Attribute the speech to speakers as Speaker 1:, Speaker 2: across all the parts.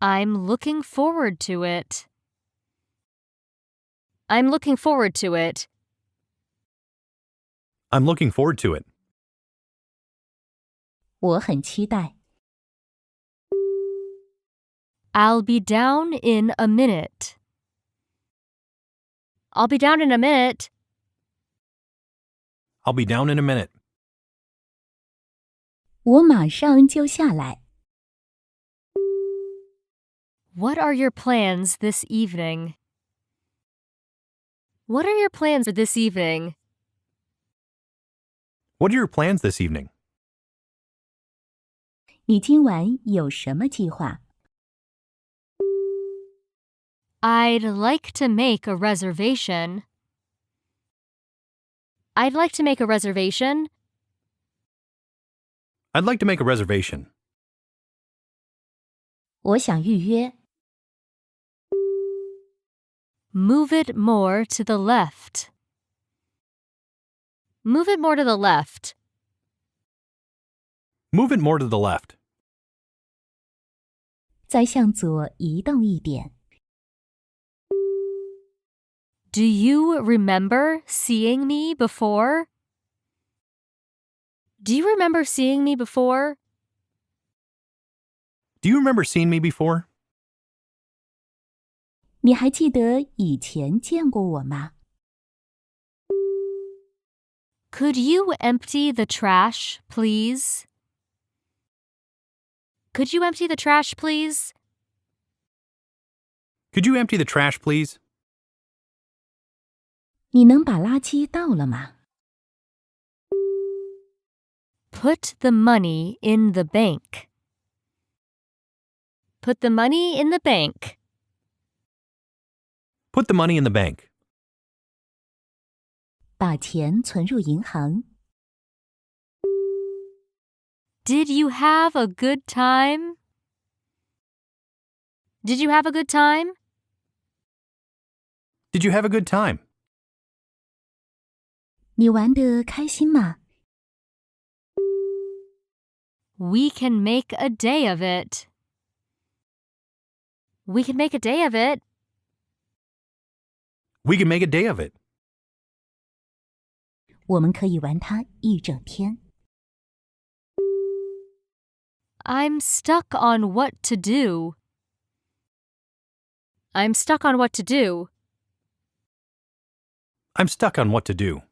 Speaker 1: I'm looking forward to it. I'm looking forward to it.
Speaker 2: I'm looking forward to it.
Speaker 3: 我很期待。
Speaker 1: I'll be down in a minute. I'll be down in a minute.
Speaker 2: I'll be down in a minute.
Speaker 3: 我马上就下来。
Speaker 1: What are your plans this evening? What are your plans for this evening?
Speaker 2: What are your plans this evening?
Speaker 3: 你今晚有什么计划？
Speaker 1: I'd like to make a reservation. I'd like to make a reservation.
Speaker 2: I'd like to make a reservation.
Speaker 3: 我想预约。
Speaker 1: Move it more to the left. Move it more to the left.
Speaker 2: Move it more to the left.
Speaker 3: 再向左移动一点。
Speaker 1: Do you remember seeing me before? Do you remember seeing me before?
Speaker 2: Do you remember seeing me before?
Speaker 3: 你还记得以前见过我吗？
Speaker 1: Could you empty the trash, please? Could you empty the trash, please?
Speaker 2: Could you empty the trash, please?
Speaker 3: 你能把垃圾倒了吗？
Speaker 1: Put the money in the bank. Put the money in the bank.
Speaker 2: Put the money in the bank.
Speaker 3: 把钱存入银行。
Speaker 1: Did you have a good time? Did you have a good time?
Speaker 2: Did you have a good time?
Speaker 3: 你玩得开心吗？
Speaker 1: We can make a day of it. We can make a day of it.
Speaker 2: We can make a day of it.
Speaker 3: 我们可以玩它一整天。
Speaker 1: I'm stuck on what to do. I'm stuck on what to do.
Speaker 2: I'm stuck on what to do.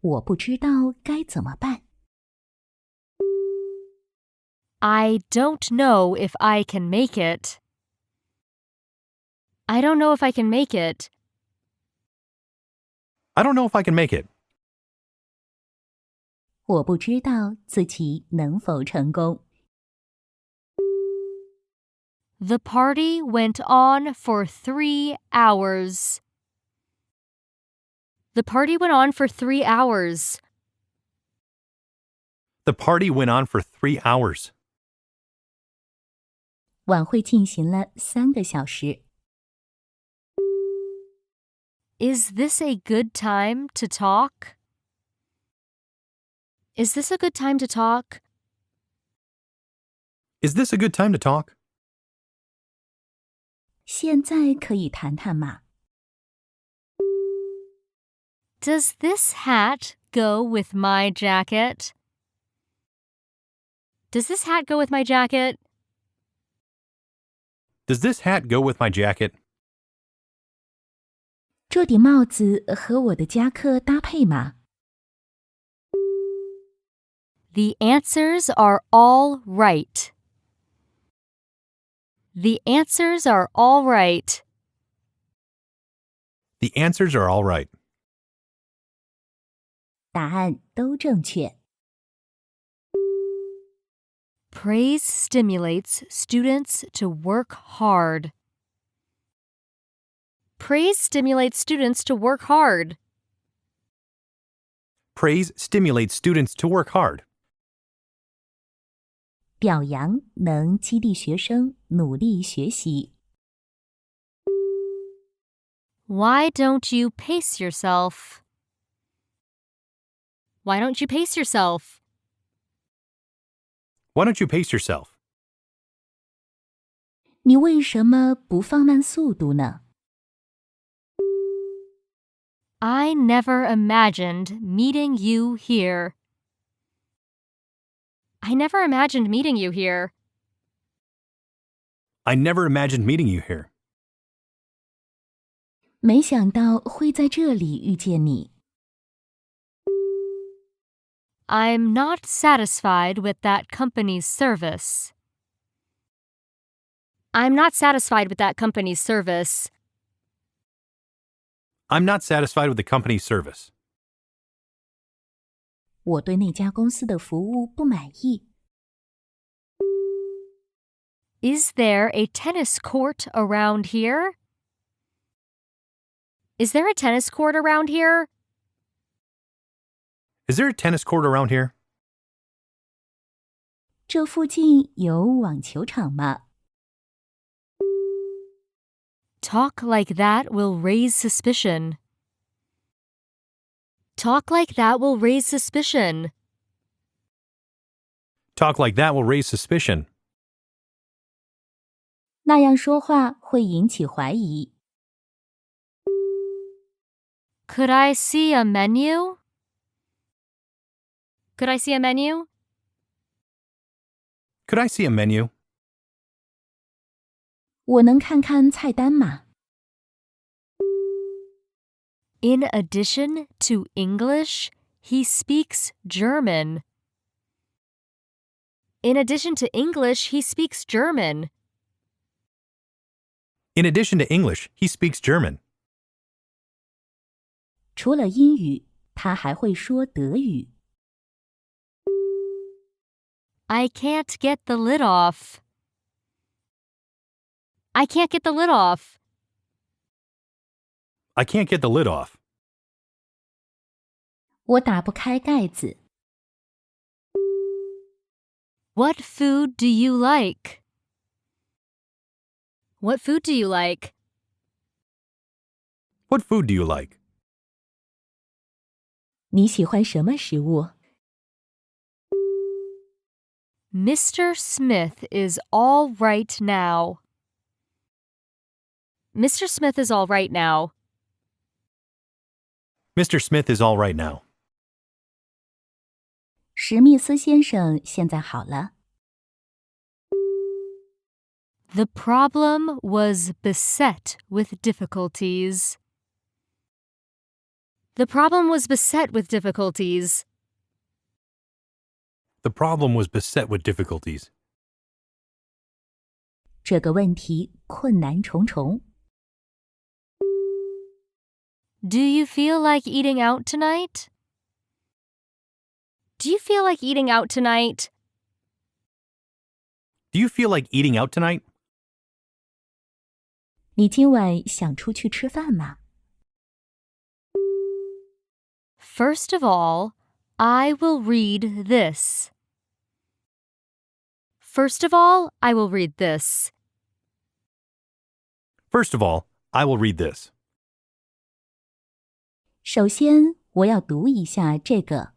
Speaker 3: 我不知道该怎么办。
Speaker 1: I don't know if I can make it. I don't know if I can make it.
Speaker 2: I don't know if I can make it.
Speaker 3: 我不知道自己能否成功。
Speaker 1: The party went on for three hours. The party went on for three hours.
Speaker 2: The party went on for three hours.
Speaker 3: 晚会进行了三个小时。
Speaker 1: Is this a good time to talk? Is this a good time to talk?
Speaker 2: Is this a good time to talk?
Speaker 3: 现在可以谈谈吗？
Speaker 1: Does this hat go with my jacket? Does this hat go with my jacket?
Speaker 2: Does this hat go with my jacket?
Speaker 3: 这顶帽子和我的夹克搭配吗？
Speaker 1: The answers are all right. The answers are all right.
Speaker 2: The answers are all right.
Speaker 3: 答案都正确。
Speaker 1: Praise stimulates students to work hard. Praise stimulates students to work hard.
Speaker 2: Praise stimulates students to work hard.
Speaker 3: 表扬能激励学生努力学习。
Speaker 1: Why don't you pace yourself? Why don't you pace yourself?
Speaker 2: Why don't you pace yourself?
Speaker 3: 你为什么不放慢速度呢？
Speaker 1: I never imagined meeting you here. I never imagined meeting you here.
Speaker 2: I never imagined meeting you here.
Speaker 3: 没想到会在这里遇见你。
Speaker 1: I'm not satisfied with that company's service. I'm not satisfied with that company's service.
Speaker 2: I'm not satisfied with the company's service.
Speaker 3: 我对那家公司的服务不满意。
Speaker 1: Is there a tennis court around here? Is there a tennis court around here?
Speaker 2: Is there a tennis court around here?
Speaker 3: 这附近有网球场吗？
Speaker 1: Talk like that will raise suspicion. Talk like that will raise suspicion.
Speaker 2: Talk like that will raise suspicion.
Speaker 3: 那样说话会引起怀疑。
Speaker 1: Could I see a menu? Could I see a menu?
Speaker 2: Could I see a menu?
Speaker 3: 我能看看菜单吗？
Speaker 1: In addition to English, he speaks German. In addition to English, he speaks German.
Speaker 2: In addition to English, he speaks German.
Speaker 3: 除了英语，他还会说德语。
Speaker 1: I can't get the lid off. I can't get the lid off.
Speaker 2: I can't get the lid off.
Speaker 3: 我打不开盖子。
Speaker 1: What food do you like? What food do you like?
Speaker 2: What food do you like?
Speaker 3: 你喜欢什么食物？
Speaker 1: Mr. Smith is all right now. Mr. Smith is all right now.
Speaker 2: Mr. Smith is all right now.
Speaker 3: 史密斯先生现在好了。
Speaker 1: The problem was beset with difficulties. The problem was beset with difficulties.
Speaker 2: The problem was beset with difficulties.
Speaker 3: 这个问题困难重重。
Speaker 1: Do you feel like eating out tonight? Do you feel like eating out tonight?
Speaker 2: Do you feel like eating out tonight?
Speaker 3: 你今晚想出去吃饭吗？
Speaker 1: First of all, I will read this. First of all, I will read this.
Speaker 2: First of all, I will read this.
Speaker 3: 首先，我要读一下这个。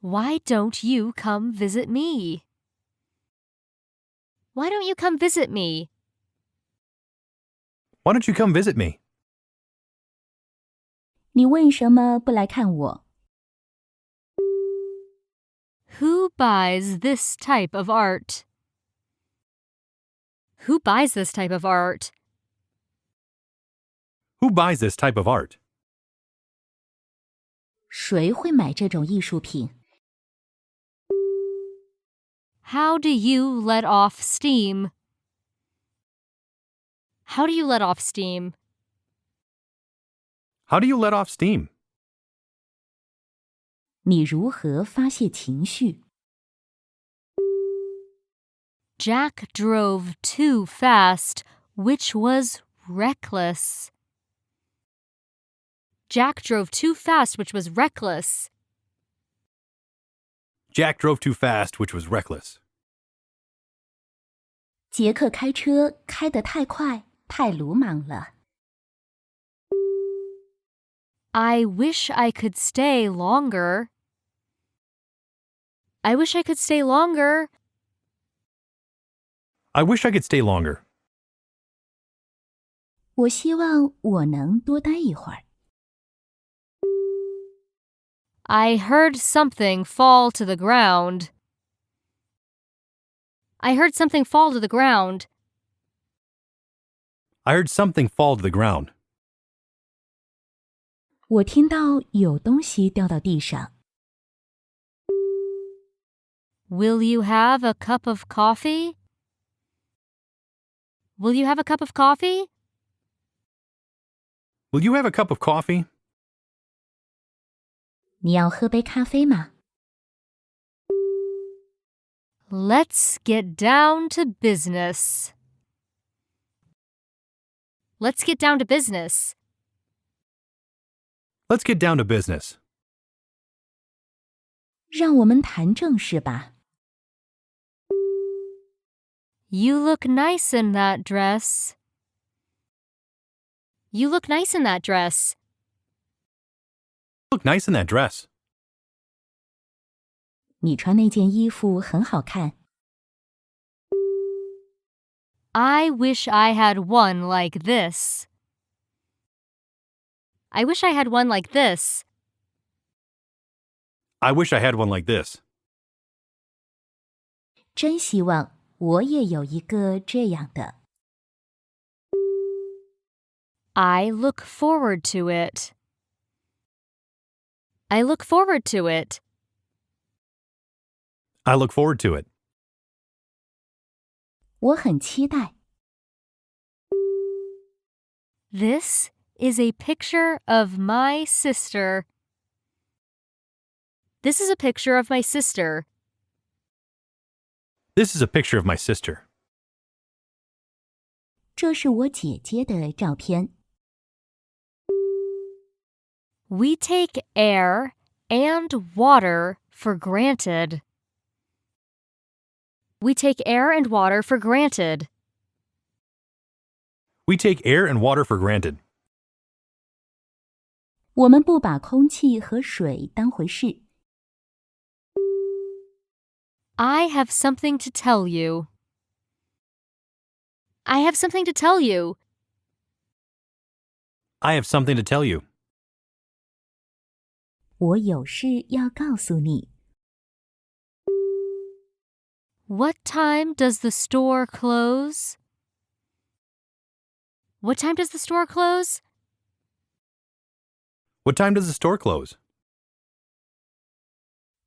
Speaker 1: Why don't you come visit me? Why don't you come visit me?
Speaker 2: Why don't you come visit me?
Speaker 3: 你为什么不来看我？
Speaker 1: Who buys this type of art? Who buys this type of art?
Speaker 2: Who buys this type of art?
Speaker 3: 谁会买这种艺术品？
Speaker 1: How do you let off steam? How do you let off steam?
Speaker 2: How do you let off steam?
Speaker 3: 你如何发泄情绪？
Speaker 1: Jack drove too fast, which was reckless. Jack drove too fast, which was reckless.
Speaker 2: Jack drove too fast, which was reckless.
Speaker 3: 杰克开车开得太快，太鲁莽了。
Speaker 1: I wish I could stay longer. I wish I could stay longer.
Speaker 2: I wish I could stay longer.
Speaker 3: 我希望我能多待一会儿。
Speaker 1: I heard something fall to the ground. I heard something fall to the ground.
Speaker 2: I heard something fall to the ground.
Speaker 3: 我听到有东西掉到地上。
Speaker 1: Will you have a cup of coffee? Will you have a cup of coffee?
Speaker 2: Will you have a cup of coffee?
Speaker 3: 你要喝杯咖啡吗？
Speaker 1: Let's get down to business. Let's get down to business.
Speaker 2: Let's get down to business.
Speaker 3: 让我们谈正事吧。
Speaker 1: You look nice in that dress. You look nice in that dress.
Speaker 2: Look nice in that dress.
Speaker 3: 你穿那件衣服很好看。
Speaker 1: I wish I had one like this. I wish I had one like this.
Speaker 2: I wish I had one like this.
Speaker 3: 真希望我也有一个这样的。
Speaker 1: I look forward to it. I look forward to it.
Speaker 2: I look forward to it.
Speaker 3: 我很期待。
Speaker 1: This is a picture of my sister. This is a picture of my sister.
Speaker 2: This is a picture of my sister.
Speaker 3: 这是我姐姐的照片。
Speaker 1: We take air and water for granted. We take air and water for granted.
Speaker 2: We take air and water for granted.
Speaker 3: 我们不把空气和水当回事。
Speaker 1: I have something to tell you. I have something to tell you.
Speaker 2: I have something to tell you.
Speaker 3: 我有事要告诉你。
Speaker 1: What time does the store close? What time does the store close?
Speaker 2: What time does the store close?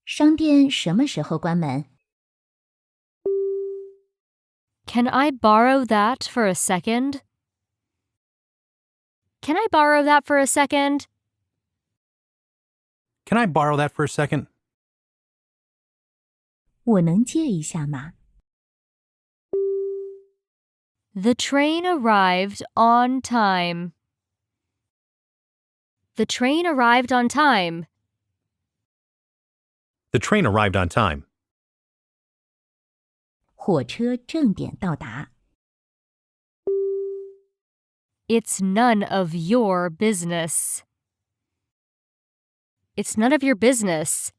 Speaker 3: 商店什么时候关门？
Speaker 1: Can I borrow that for a second? Can I borrow that for a second?
Speaker 2: Can I borrow that for a second?
Speaker 3: 我能借一下吗？
Speaker 1: The train arrived on time. The train arrived on time.
Speaker 2: The train arrived on time.
Speaker 3: 火车正点到达。
Speaker 1: It's none of your business. It's none of your business.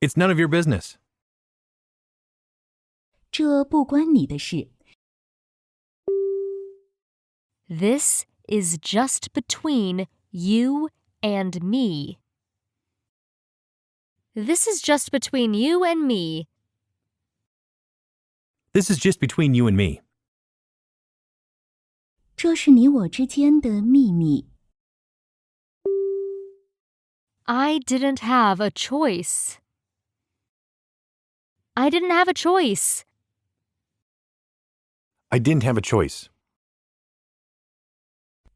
Speaker 2: It's none of your business.
Speaker 3: 这不关你的事。
Speaker 1: This is just between you and me. This is just between you and me.
Speaker 2: This is just between you and me.
Speaker 3: 这是你我之间的秘密。
Speaker 1: I didn't have a choice. I didn't have a choice.
Speaker 2: I didn't have a choice.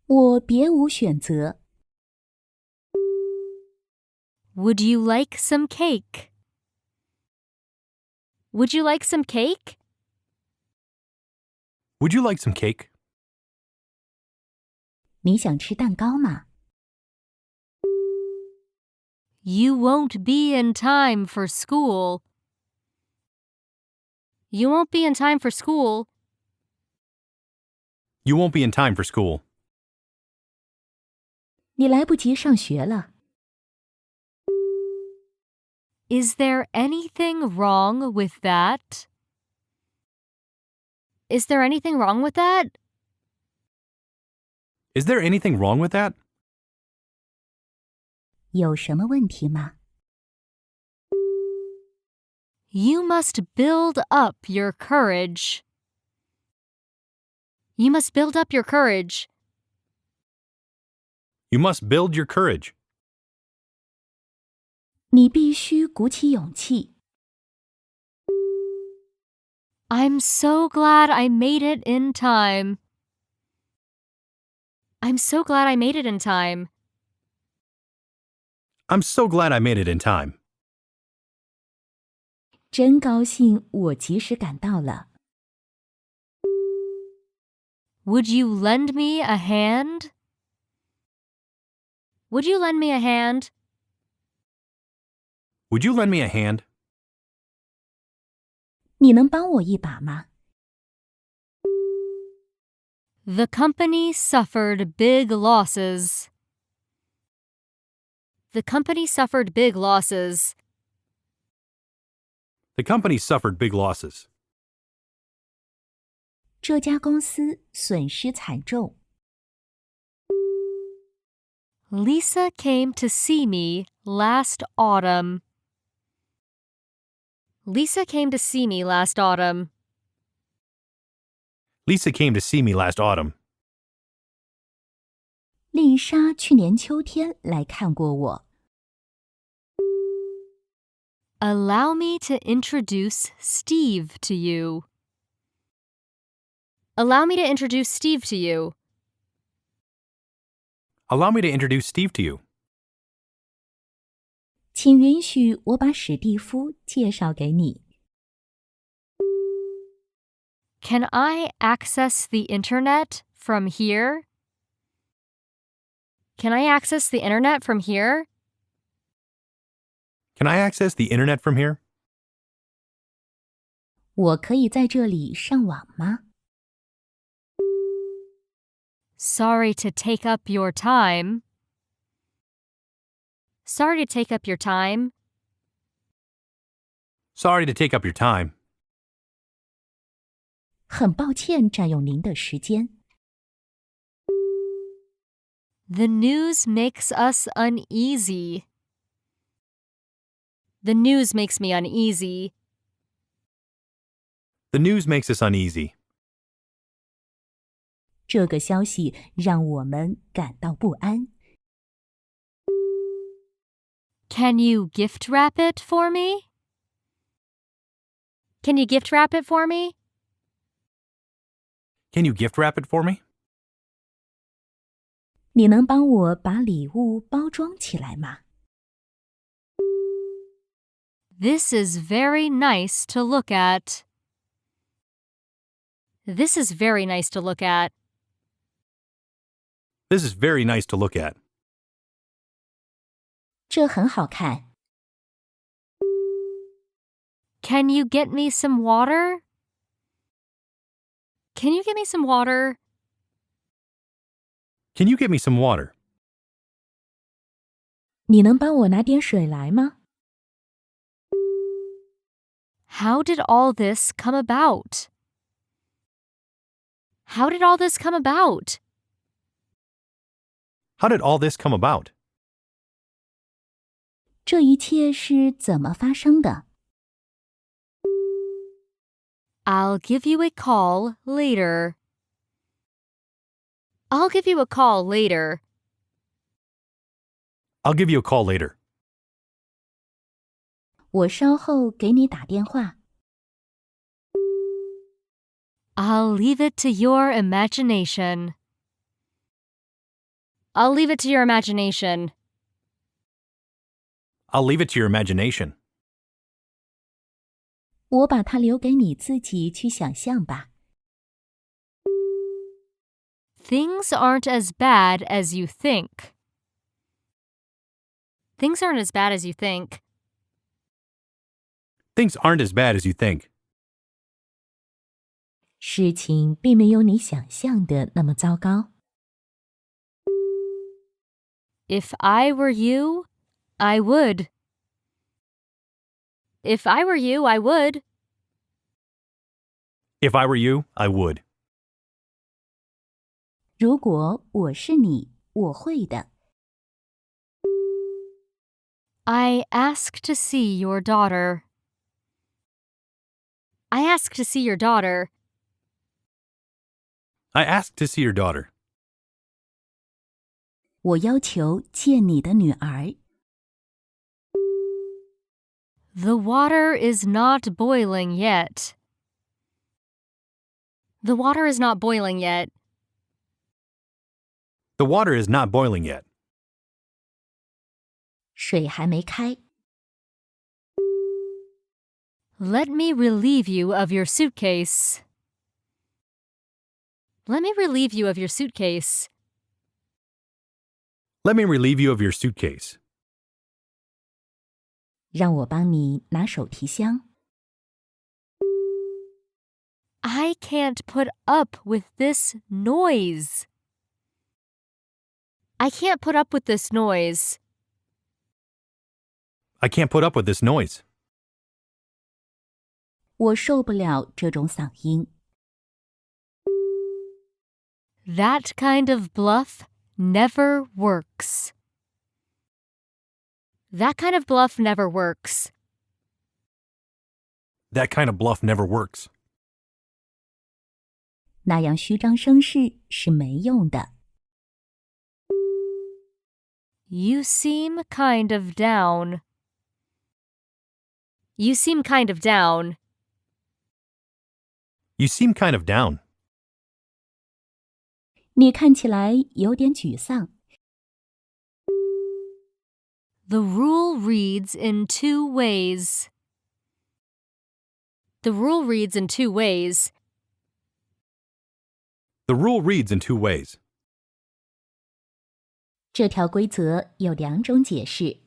Speaker 3: 我别无选择。
Speaker 1: Would you like some cake? Would you like some cake?
Speaker 2: Would you like some cake?
Speaker 3: 你想吃蛋糕吗？
Speaker 1: You won't be in time for school. You won't be in time for school.
Speaker 2: You won't be in time for school.
Speaker 3: 你来不及上学了。
Speaker 1: Is there anything wrong with that? Is there anything wrong with that?
Speaker 2: Is there anything wrong with that?
Speaker 3: 有什么问题吗？
Speaker 1: You must build up your courage. You must build up your courage.
Speaker 2: You must build your courage.
Speaker 3: 你必须鼓起勇气。
Speaker 1: I'm so glad I made it in time. I'm so glad I made it in time.
Speaker 2: I'm so glad I made it in time.
Speaker 3: 真高兴我及时赶到了。
Speaker 1: Would you lend me a hand? Would you lend me a hand?
Speaker 2: Would you lend me a hand?
Speaker 3: 你能帮我一把吗？
Speaker 1: The company suffered big losses. The company suffered big losses.
Speaker 2: The company suffered big losses.
Speaker 3: 这家公司损失惨重。
Speaker 1: Lisa came to see me last autumn. Lisa came to see me last autumn.
Speaker 2: Lisa came to see me last autumn.
Speaker 3: 丽莎去年秋天来看过我。
Speaker 1: Allow me to introduce Steve to you. Allow me to introduce Steve to you.
Speaker 2: Allow me to introduce Steve to you.
Speaker 3: 请允许我把史蒂夫介绍给你。
Speaker 1: Can I access the internet from here? Can I access the internet from here?
Speaker 2: Can I access the internet from here?
Speaker 3: 我可以在这里上网吗？
Speaker 1: Sorry to take up your time. Sorry to take up your time.
Speaker 2: Sorry to take up your time.
Speaker 3: 很抱歉占用您的时间。
Speaker 1: The news makes us uneasy. The news makes me uneasy.
Speaker 2: The news makes us uneasy.
Speaker 3: 这个消息让我们感到不安。
Speaker 1: Can you gift wrap it for me? Can you gift wrap it for me?
Speaker 2: Can you gift wrap it for me?
Speaker 3: 你能帮我把礼物包装起来吗？
Speaker 1: This is very nice to look at. This is very nice to look at.
Speaker 2: This is very nice to look at.
Speaker 3: 这很好看。
Speaker 1: Can you get me some water? Can you get me some water?
Speaker 2: Can you get me some water?
Speaker 3: 你能帮我拿点水来吗？
Speaker 1: How did all this come about? How did all this come about?
Speaker 2: How did all this come about?
Speaker 3: 这一切是怎么发生的？
Speaker 1: I'll give you a call later. I'll give you a call later.
Speaker 2: I'll give you a call later.
Speaker 3: 我稍后给你打电话。
Speaker 1: I'll leave it to your imagination. I'll leave it to your imagination.
Speaker 2: I'll leave it to your imagination.
Speaker 3: 我把它留给你自己去想象吧。
Speaker 1: Things aren't as bad as you think. Things aren't as bad as you think.
Speaker 2: Things aren't as bad as you think.
Speaker 3: 事情并没有你想象的那么糟糕。
Speaker 1: If I were you, I would. If I were you, I would.
Speaker 2: If I were you, I would.
Speaker 3: 如果我是你，我会的。
Speaker 1: I ask to see your daughter. I ask to see your daughter.
Speaker 2: I asked to see your daughter.
Speaker 3: 我要求见你的女儿。
Speaker 1: The water is not boiling yet. The water is not boiling yet.
Speaker 2: The water is not boiling yet.
Speaker 3: 水还没开，
Speaker 1: Let me relieve you of your suitcase. Let me relieve you of your suitcase.
Speaker 2: Let me relieve you of your suitcase.
Speaker 3: 让我帮你拿手提箱。
Speaker 1: I can't put up with this noise. I can't put up with this noise.
Speaker 2: I can't put up with this noise.
Speaker 3: 我受不了这种嗓音，
Speaker 1: That kind of bluff never works. That kind of bluff never works.
Speaker 2: That kind of bluff never works.
Speaker 3: 那样虚张声势是没用的。
Speaker 1: You seem kind of down. You seem kind of down.
Speaker 2: You seem kind of down.
Speaker 3: 你看起来有点沮丧。
Speaker 1: The rule reads in two ways. The rule reads in two ways.
Speaker 2: The rule reads in two ways.
Speaker 3: 这条规则有两种解释：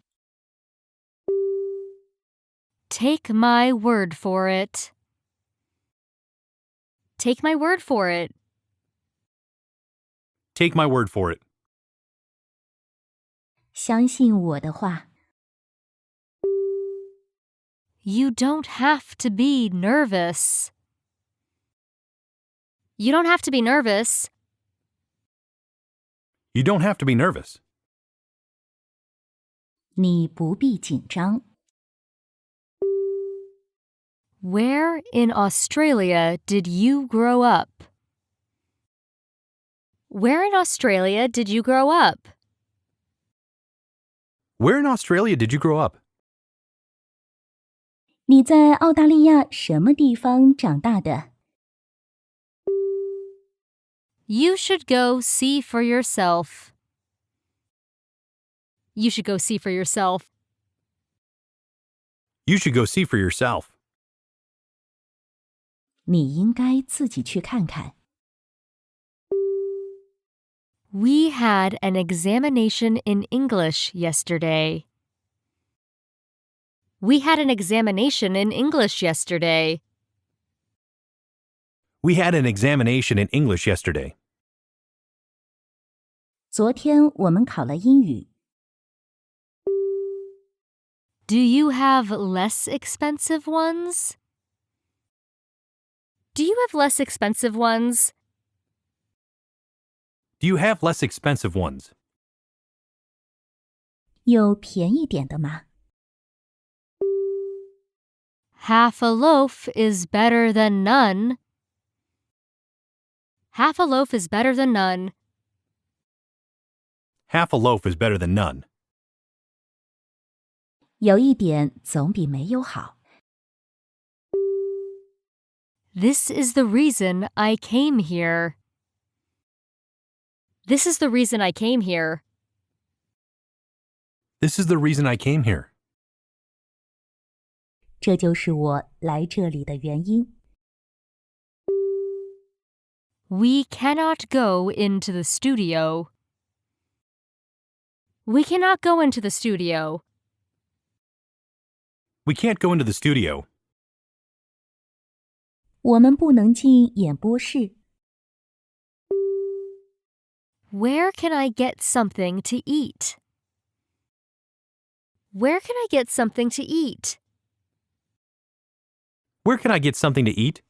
Speaker 1: Take my word for it. Take my word for it.
Speaker 2: Take my word for it.
Speaker 3: 相信我的话，
Speaker 1: You don't have to be nervous. You don't have to be nervous.
Speaker 2: You don't have to be nervous.
Speaker 3: 你不必紧张。
Speaker 1: Where in Australia did you grow up? Where in Australia did you grow up?
Speaker 2: Where in Australia did you grow up?
Speaker 3: 你在澳大利亚什么地方长大的？
Speaker 1: You should go see for yourself. You should go see for yourself.
Speaker 2: You should go see for yourself.
Speaker 3: 你应该自己去看看。
Speaker 1: We had an examination in English yesterday. We had an examination in English yesterday.
Speaker 2: We had an examination in English yesterday.
Speaker 3: 昨天我们考了英语，
Speaker 1: Do you have less expensive ones? Do you have less expensive ones?
Speaker 2: Do you have less expensive ones?
Speaker 3: 有便宜点的吗？
Speaker 1: Half a loaf is better than none. Half a loaf is better than none.
Speaker 2: Half a loaf is better than none.
Speaker 3: 有一点总比没有好。
Speaker 1: This is the reason I came here. This is the reason I came here.
Speaker 2: This is the reason I came here.
Speaker 3: 这就是我来这里的原因。
Speaker 1: We cannot go into the studio. We cannot go into the studio.
Speaker 2: We can't go into the studio.
Speaker 3: 我们不能进演播室，
Speaker 1: Where can I get something to eat? Where can I get something to eat?
Speaker 2: Where can I get something to eat?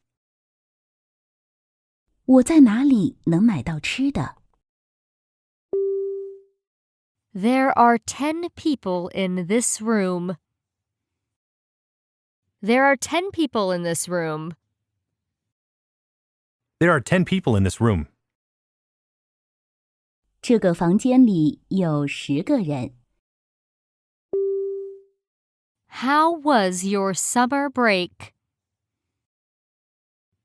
Speaker 3: 我在哪里能买到吃的？
Speaker 1: There are 10 people in this room. There are 10 people in this room.
Speaker 2: There are 10 people in this room.
Speaker 3: 这个房间里有十个人。
Speaker 1: How was your summer break?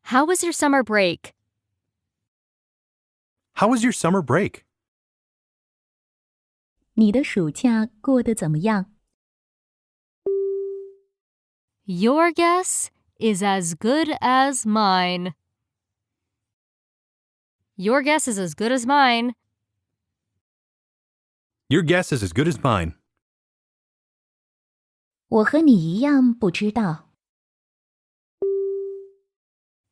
Speaker 1: How was your summer break?
Speaker 2: How was your summer break?
Speaker 3: 你的暑假过得怎么样？
Speaker 1: Your guess is as good as mine. Your guess is as good as mine.
Speaker 2: Your guess is as good as mine.
Speaker 3: 我和你一样不知道。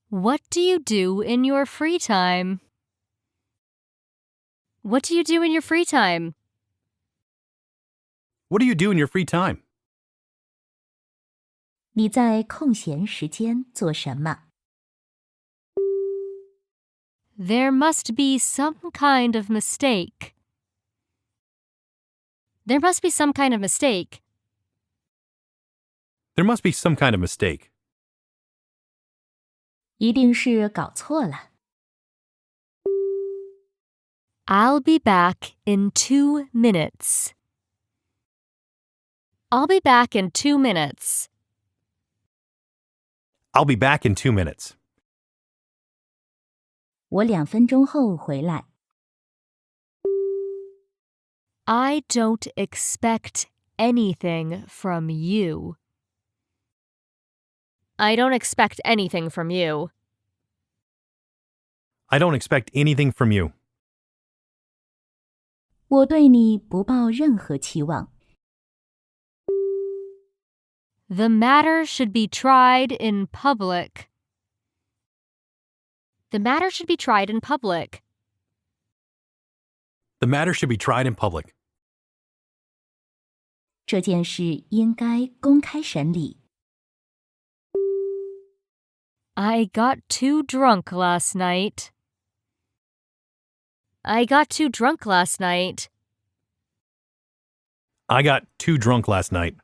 Speaker 1: What do you do in your free time? What do you do in your free time?
Speaker 2: What do you do in your free time?
Speaker 3: 你在空闲时间做什么？
Speaker 1: There must be some kind of mistake. There must be some kind of mistake.
Speaker 2: There must be some kind of mistake.
Speaker 3: 一定是搞错了。
Speaker 1: I'll be back in two minutes. I'll be back in two minutes.
Speaker 2: I'll be back in two minutes.
Speaker 3: 我两分钟后回来。
Speaker 1: I don't expect anything from you. I don't expect anything from you.
Speaker 2: I don't expect anything from you.
Speaker 3: 我对你不抱任何期望。
Speaker 1: The matter should be tried in public. The matter should be tried in public.
Speaker 2: The matter should be tried in public.
Speaker 3: 这件事应该公开审理。
Speaker 1: I got too drunk last night. I got too drunk last night.
Speaker 2: I got too drunk last night.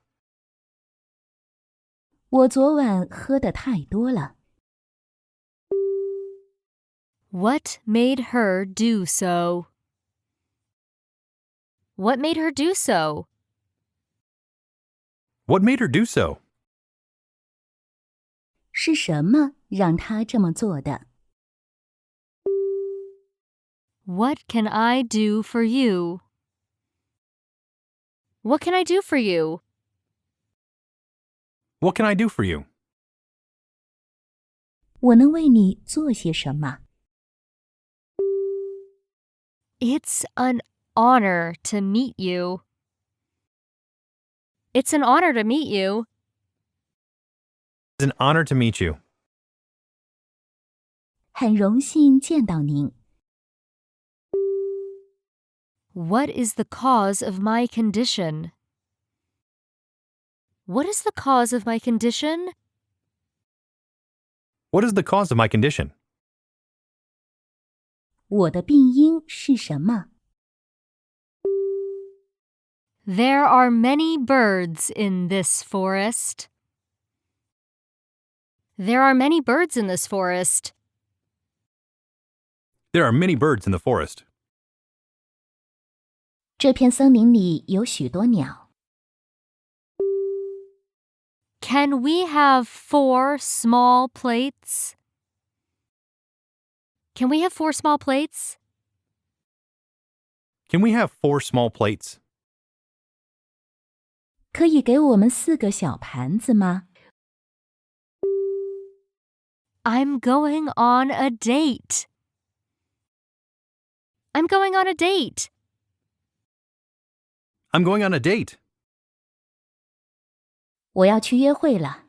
Speaker 3: 我昨晚喝的太多了。
Speaker 1: What made her do so? What made her do so?
Speaker 2: What made her do so?
Speaker 3: 是什么让他这么做的？
Speaker 1: What can I do for you? What can I do for you?
Speaker 2: What can I do for you?
Speaker 3: 我能为你做些什么？
Speaker 1: It's an honor to meet you. It's an honor to meet you.
Speaker 2: It's an honor to meet you.
Speaker 3: 很荣幸见到您。
Speaker 1: What is the cause of my condition? What is the cause of my condition?
Speaker 2: What is the cause of my condition?
Speaker 3: 我的病因是什么？
Speaker 1: There are many birds in this forest. There are many birds in this forest.
Speaker 2: There are many birds in the forest.
Speaker 3: 这片森林里有许多鸟。
Speaker 1: Can we have four small plates? Can we have four small plates?
Speaker 2: Can we have four small plates?
Speaker 3: 可以给我们四个小盘子吗？
Speaker 1: I'm going on a date. I'm going on a date.
Speaker 2: I'm going on a date.
Speaker 3: 我要去约会了。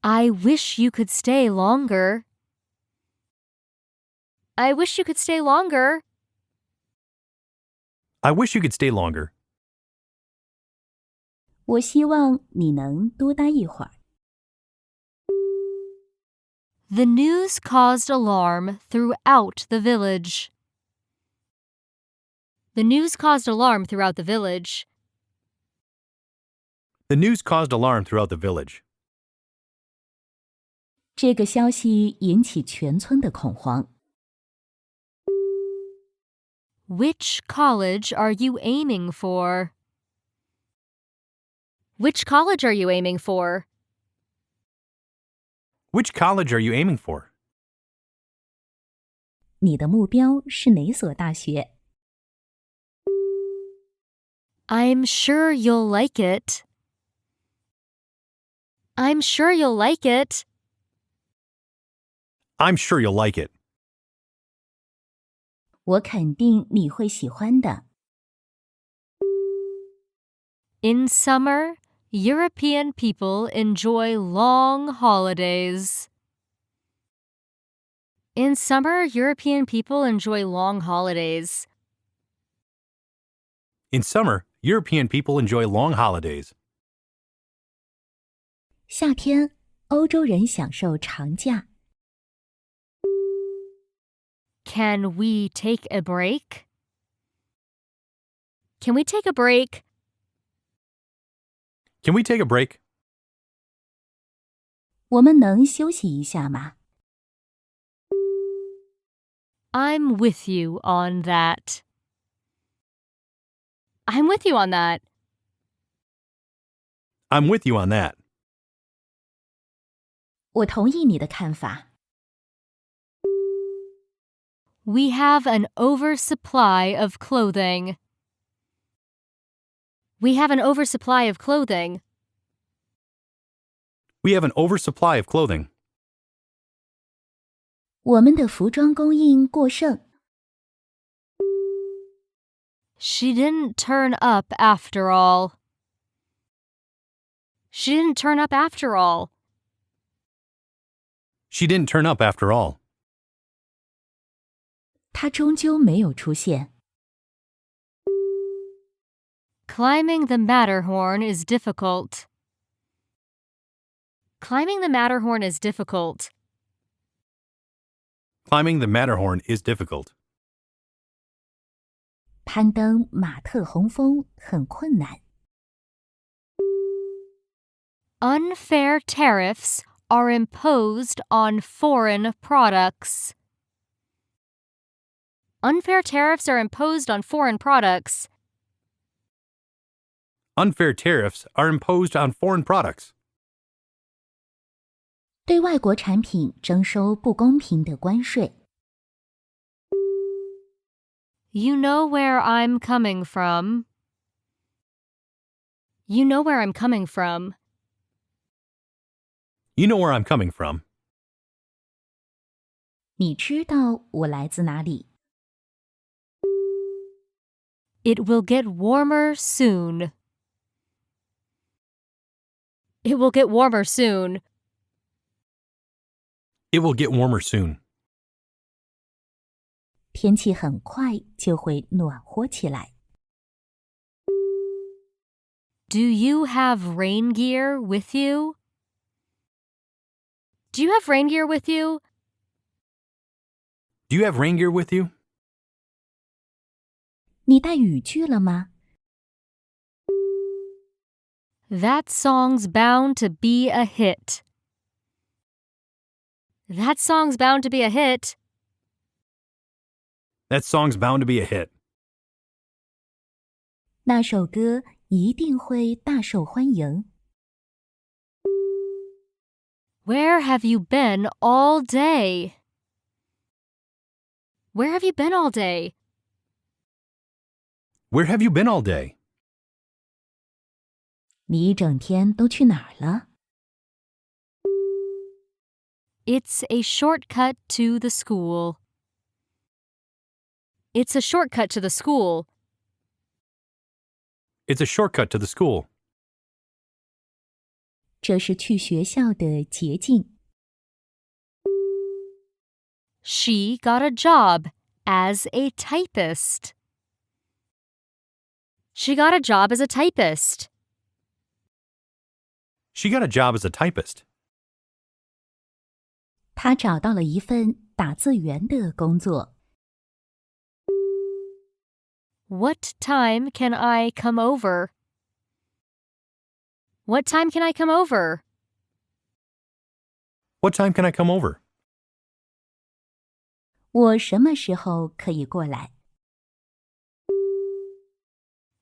Speaker 1: I wish you could stay longer. I wish you could stay longer.
Speaker 2: I wish you could stay longer.
Speaker 3: 我希望你能多待一会儿。
Speaker 1: The news caused alarm throughout the village. The news caused alarm throughout the village.
Speaker 2: The news caused alarm throughout the village.
Speaker 3: 这个消息引起全村的恐慌。
Speaker 1: Which college are you aiming for? Which college are you aiming for?
Speaker 2: Which college are you aiming for?
Speaker 3: 你的目标是哪所大学？
Speaker 1: I'm sure you'll like it. I'm sure you'll like it.
Speaker 2: I'm sure you'll like it.
Speaker 3: 我肯定你会喜欢的。
Speaker 1: In summer, European people enjoy long holidays. In summer, European people enjoy long holidays.
Speaker 2: In summer, European people enjoy long holidays.
Speaker 3: 夏天，欧洲人享受长假。
Speaker 1: Can we take a break? Can we take a break?
Speaker 2: Can we take a break?
Speaker 3: 我们能休息一下吗？
Speaker 1: I'm with you on that. I'm with you on that.
Speaker 2: I'm with you on that.
Speaker 3: 我同意你的看法。
Speaker 1: We have an oversupply of clothing. We have an oversupply of clothing.
Speaker 2: We have an oversupply of clothing.
Speaker 3: 我们的服装供应过剩，
Speaker 1: She didn't turn up after all. She didn't turn up after all.
Speaker 2: She didn't turn up after all.
Speaker 3: 它终究没有出现。
Speaker 1: Climbing the Matterhorn is difficult. Climbing the Matterhorn is difficult.
Speaker 2: Climbing the Matterhorn is difficult.
Speaker 3: 攀登马特洪峰很困难。
Speaker 1: Unfair tariffs are imposed on foreign products. Unfair tariffs are imposed on foreign products.
Speaker 2: Unfair tariffs are imposed on foreign products.
Speaker 3: 对外国产品征收不公平的关税。
Speaker 1: You know where I'm coming from. You know where I'm coming from.
Speaker 2: You know where I'm coming from.
Speaker 3: 你知道我来自哪里？
Speaker 1: It will get warmer soon. It will get warmer soon.
Speaker 2: It will get warmer soon.
Speaker 3: 天气很快就会暖和起来。
Speaker 1: Do you have rain gear with you? Do you have rain gear with you?
Speaker 2: Do you have rain gear with you?
Speaker 3: 你带雨具了吗？
Speaker 1: That song's bound to be a hit. That song's bound to be a hit.
Speaker 2: That song's bound to be a hit.
Speaker 3: 那首歌一定会大受欢迎。
Speaker 1: Where have you been all day? Where have you been all day?
Speaker 2: Where have you been all day?
Speaker 3: 你一整天都去哪儿了？
Speaker 1: It's a shortcut to the school. It's a shortcut to the school.
Speaker 2: It's a shortcut to the school.
Speaker 3: 这是去学校的捷径。
Speaker 1: She got a job as a typist. She got a job as a typist.
Speaker 2: She got a job as a typist.
Speaker 3: 他找到了一份打字员的工作。
Speaker 1: What time can I come over? What time can I come over?
Speaker 2: What time can I come over?
Speaker 3: 我什么时候可以过来？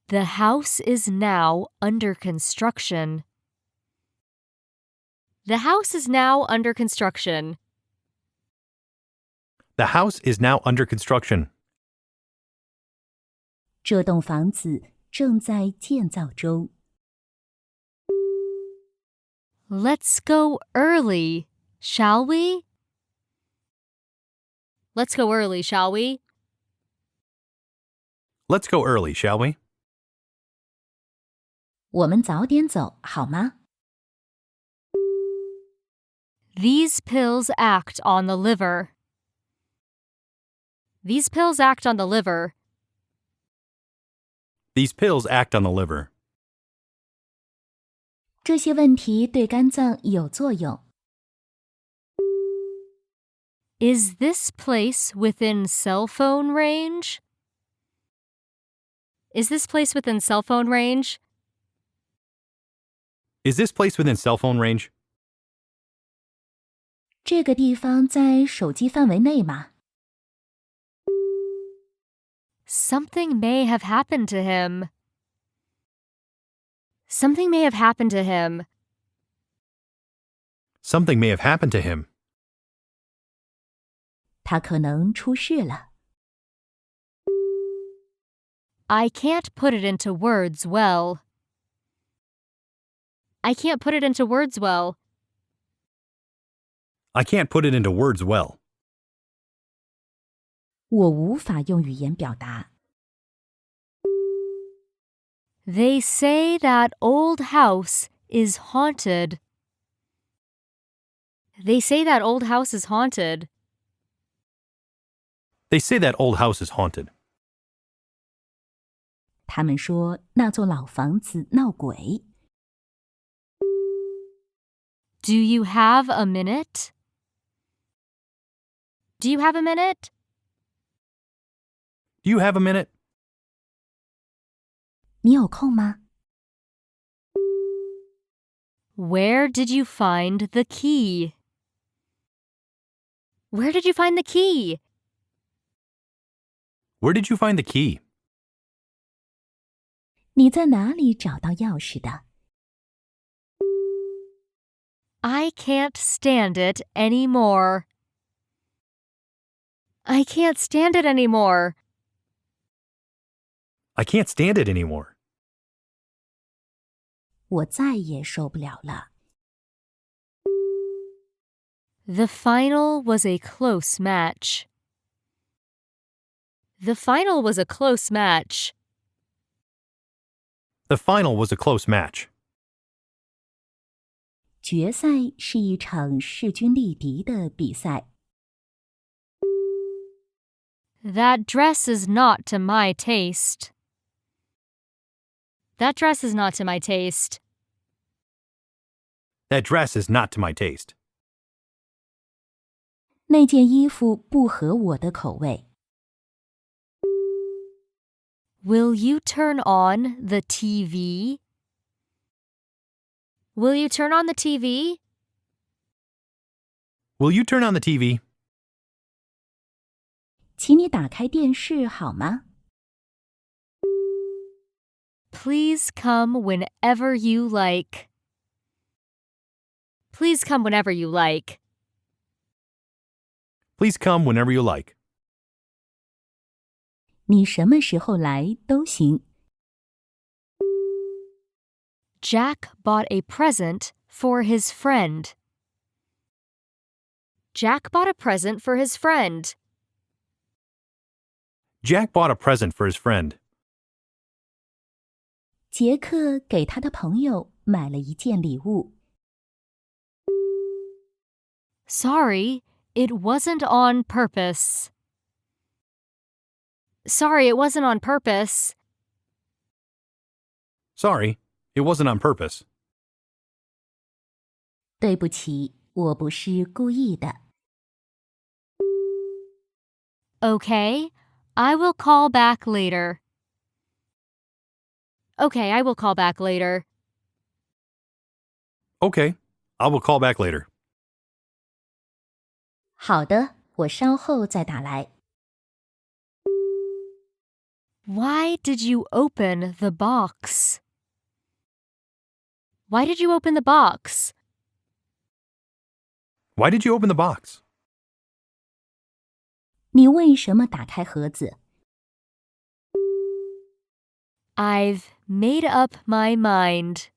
Speaker 1: The house is now under construction. The house is now under construction.
Speaker 2: The house is now under construction.
Speaker 3: 这栋房子正在建造中。
Speaker 1: Let's go early, shall we? Let's go early, shall we?
Speaker 2: Let's go early, shall we?
Speaker 3: 我们早点走好吗？
Speaker 1: These pills act on the liver. These pills act on the liver.
Speaker 2: These pills act on the liver.
Speaker 3: 这些问题对肝脏有作用。
Speaker 1: Is this place within cell phone range? Is this place within cell phone range?
Speaker 2: Is this place within cell phone range?
Speaker 3: 这个地方在手机范围内吗？
Speaker 1: Something may have happened to him. Something may have happened to him.
Speaker 2: Something may have happened to him.
Speaker 3: 他可能出事了。
Speaker 1: I can't put it into words well. I can't put it into words well.
Speaker 2: I can't put it into words well.
Speaker 3: 我无法用语言表达。
Speaker 1: They say that old house is haunted. They say that old house is haunted.
Speaker 2: They say that old house is haunted.
Speaker 3: 他们说那座老房子闹鬼。
Speaker 1: Do you have a minute? Do you have a minute?
Speaker 2: Do you have a minute?
Speaker 3: 你有空吗？
Speaker 1: Where did you find the key? Where did you find the key?
Speaker 2: Where did you find the key?
Speaker 3: 你在哪里找到钥匙的？
Speaker 1: I can't stand it anymore. I can't stand it anymore.
Speaker 2: I can't stand it anymore.
Speaker 3: 我再也受不了了。
Speaker 1: The final was a close match. The final was a close match.
Speaker 2: The final was a close match.
Speaker 3: 决赛是一场势均力敌的比赛。
Speaker 1: That dress is not to my taste. That dress is not to my taste.
Speaker 2: That dress is not to my taste.
Speaker 3: 那件衣服不合我的口味。
Speaker 1: Will you turn on the TV? Will you turn on the TV?
Speaker 2: Will you turn on the TV?
Speaker 3: 请你打开电视好吗？
Speaker 1: Please come whenever you like. Please come whenever you like.
Speaker 2: Please come whenever you like.
Speaker 3: 你什么时候来都行。
Speaker 1: Jack bought a present for his friend. Jack bought a present for his friend.
Speaker 2: Jack bought a present for his friend.
Speaker 3: 杰克给他的朋友买了一件礼物。
Speaker 1: Sorry, it wasn't on purpose. Sorry, it wasn't on purpose.
Speaker 2: Sorry, it wasn't on purpose.
Speaker 3: 对不起，我不是故意的。
Speaker 1: Okay, I will call back later. Okay, I will call back later.
Speaker 2: Okay, I will call back later.
Speaker 3: 好的，我稍后再打来。
Speaker 1: Why did you open the box? Why did you open the box?
Speaker 2: Why did you open the box?
Speaker 3: 你为什么打开盒子？
Speaker 1: I've made up my mind.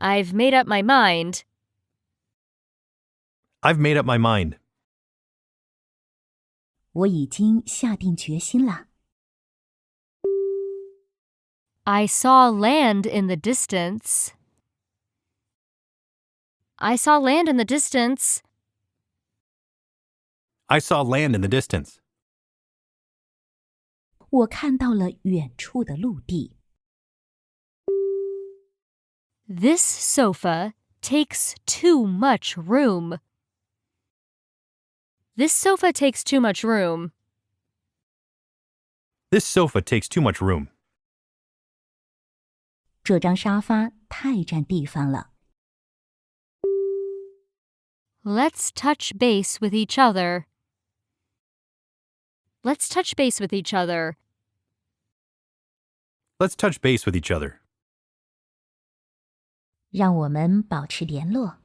Speaker 1: I've made up my mind.
Speaker 2: I've made up my mind.
Speaker 3: 我已经下定决心了。
Speaker 1: I saw land in the distance. I saw land in the distance.
Speaker 2: I saw land in the distance.
Speaker 3: 我看到了远处的陆地。
Speaker 1: This sofa takes too much room. This sofa takes too much room.
Speaker 2: This sofa takes too much room.
Speaker 3: 这张沙发太占地方了。
Speaker 1: Let's touch base with each other. Let's touch base with each other.
Speaker 2: Let's touch base with each other.
Speaker 3: 让我们保持联络，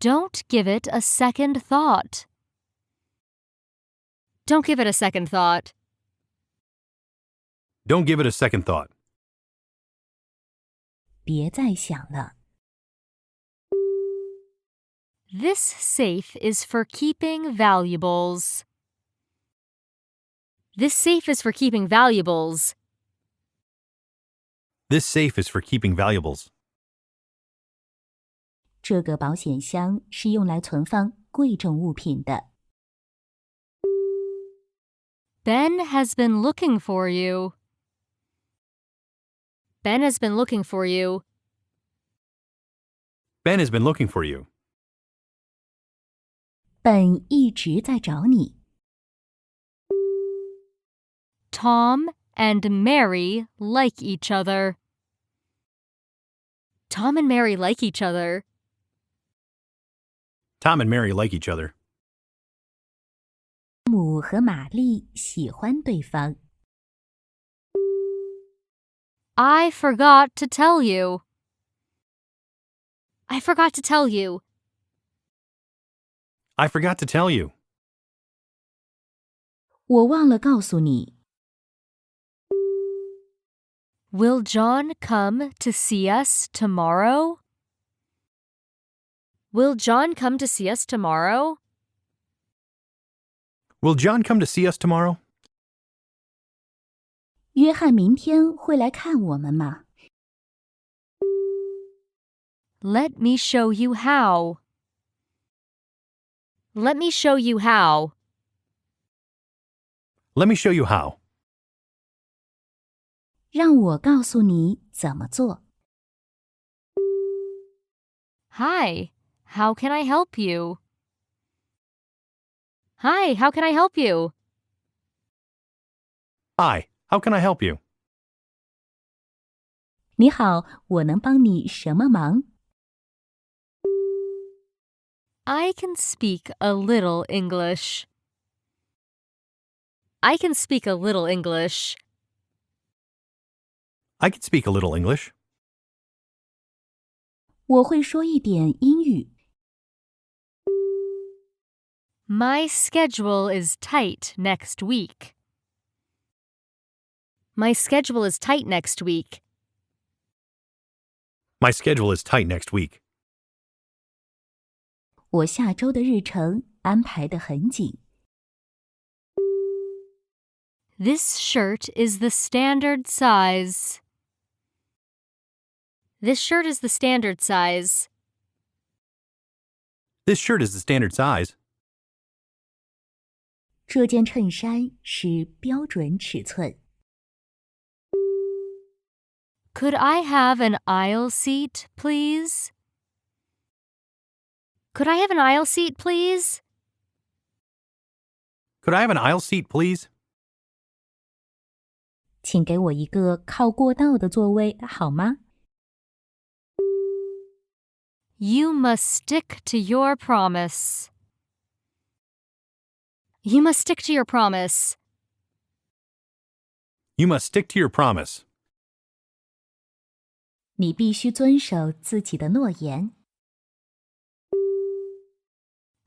Speaker 1: Don't give it a second thought. Don't give it a second thought.
Speaker 2: Don't give it a second thought.
Speaker 3: 别再想了。
Speaker 1: This safe is for keeping valuables. This safe is for keeping valuables.
Speaker 2: This safe is for keeping valuables.
Speaker 3: 这个保险箱是用来存放贵重物品的。
Speaker 1: Ben has been looking for you. Ben has been looking for you.
Speaker 2: Ben has been looking for you.
Speaker 3: 本一直在找你。
Speaker 1: Tom and Mary like each other. Tom and Mary like each other.
Speaker 2: Tom and Mary like each other.
Speaker 3: 姆和玛丽喜欢对方。
Speaker 1: I forgot to tell you. I forgot to tell you.
Speaker 2: I forgot to tell you.
Speaker 3: 我忘了告诉你，
Speaker 1: Will John come to see us tomorrow? Will John come to see us tomorrow?
Speaker 2: Will John come to see us tomorrow?
Speaker 3: 约翰明天会来看我们吗？
Speaker 1: Let me show you how. Let me show you how.
Speaker 2: Let me show you how.
Speaker 3: 让我告诉你怎么做。
Speaker 1: Hi, how can I help you? Hi, how can I help you?
Speaker 2: Hi, how can I help you?
Speaker 3: 你好，我能帮你什么忙？
Speaker 1: I can speak a little English. I can speak a little English.
Speaker 2: I can speak a little English.
Speaker 3: 我会说一点英语。
Speaker 1: My schedule is tight next week. My schedule is tight next week.
Speaker 2: My schedule is tight next week.
Speaker 3: 我下周的日程安排得很紧。
Speaker 1: This shirt is the standard size. This shirt is the standard size.
Speaker 2: This shirt is the standard size.
Speaker 3: 这件衬衫是标准尺寸。
Speaker 1: Could I have an aisle seat, please? Could I have an aisle seat, please?
Speaker 2: Could I have an aisle seat, please?
Speaker 3: 请给我一个靠过道的座位好吗？
Speaker 1: You must stick to your promise. You must stick to your promise.
Speaker 2: You must stick to your promise.
Speaker 3: 你必须遵守自己的诺言。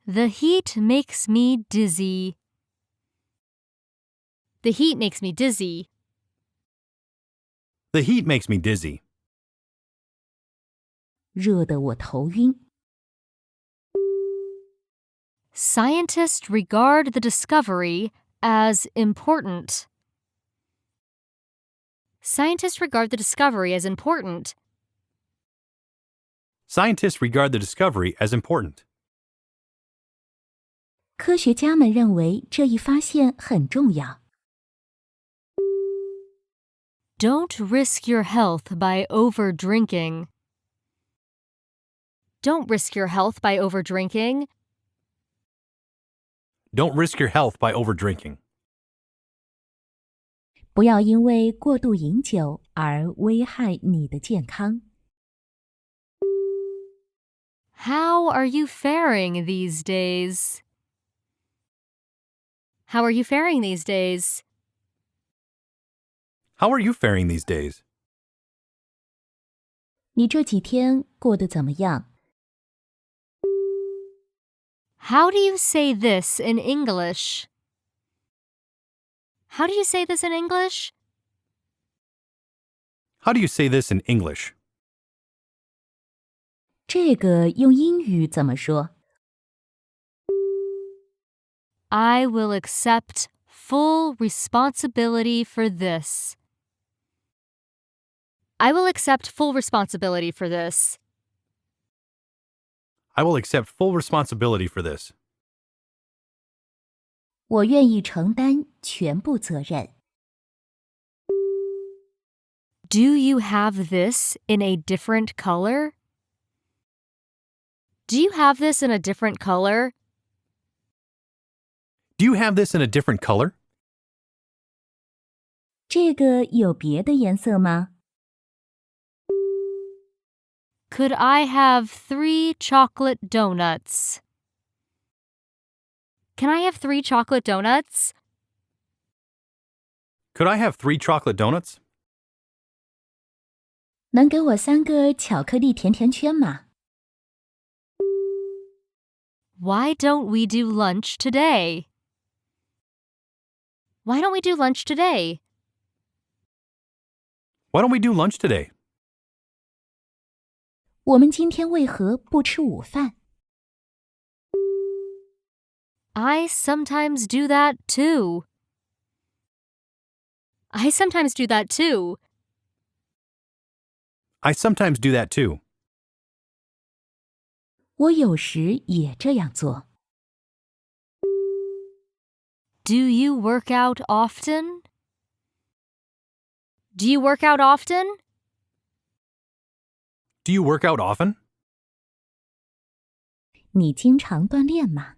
Speaker 1: The heat makes me dizzy. The heat makes me dizzy.
Speaker 2: The heat makes me dizzy.
Speaker 3: 热得我头晕。
Speaker 1: Scientists regard the discovery as important. Scientists regard the discovery as important.
Speaker 2: Scientists regard the discovery as important.
Speaker 3: 科学家们认为这一发现很重要。
Speaker 1: Don't risk your health by over drinking. Don't risk your health by over drinking.
Speaker 2: Don't risk your health by overdrinking.
Speaker 3: 不要因为过度饮酒而危害你的健康。
Speaker 1: How are you faring these days? How are you faring these days?
Speaker 2: How are you faring these days?
Speaker 3: 你这几天过得怎么样？
Speaker 1: How do you say this in English? How do you say this in English?
Speaker 2: How do you say this in English?
Speaker 3: 这个用英语怎么说？
Speaker 1: I will accept full responsibility for this. I will accept full responsibility for this.
Speaker 2: I will accept full responsibility for this.
Speaker 3: 我愿意承担全部责任。
Speaker 1: Do you have this in a different color? Do you have this in a different color?
Speaker 2: Do you have this in a different color?
Speaker 3: 这个有别的颜色吗？
Speaker 1: Could I have three chocolate donuts? Can I have three chocolate donuts?
Speaker 2: Could I have three chocolate donuts?
Speaker 3: 能给我三个巧克力甜甜圈吗？
Speaker 1: Why don't we do lunch today? Why don't we do lunch today?
Speaker 2: Why don't we do lunch today?
Speaker 3: 我们今天为何不吃午饭？
Speaker 1: I sometimes do that too. I sometimes do that too.
Speaker 2: I sometimes do that too.
Speaker 3: 我有时也这样做。
Speaker 1: Do you work out often? Do you work out often?
Speaker 2: Do you work out often?
Speaker 3: 你经常锻炼吗？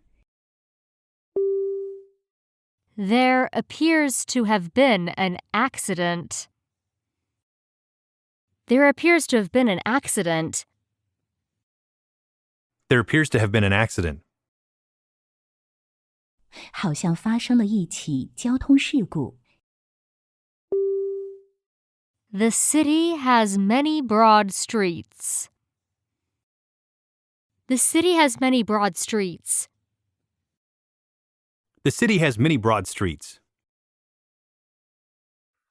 Speaker 1: There appears to have been an accident. There appears to have been an accident.
Speaker 2: There appears to have been an accident.
Speaker 3: 好像发生了一起交通事故。
Speaker 1: The city has many broad streets. The city has many broad streets.
Speaker 2: The city has many broad streets.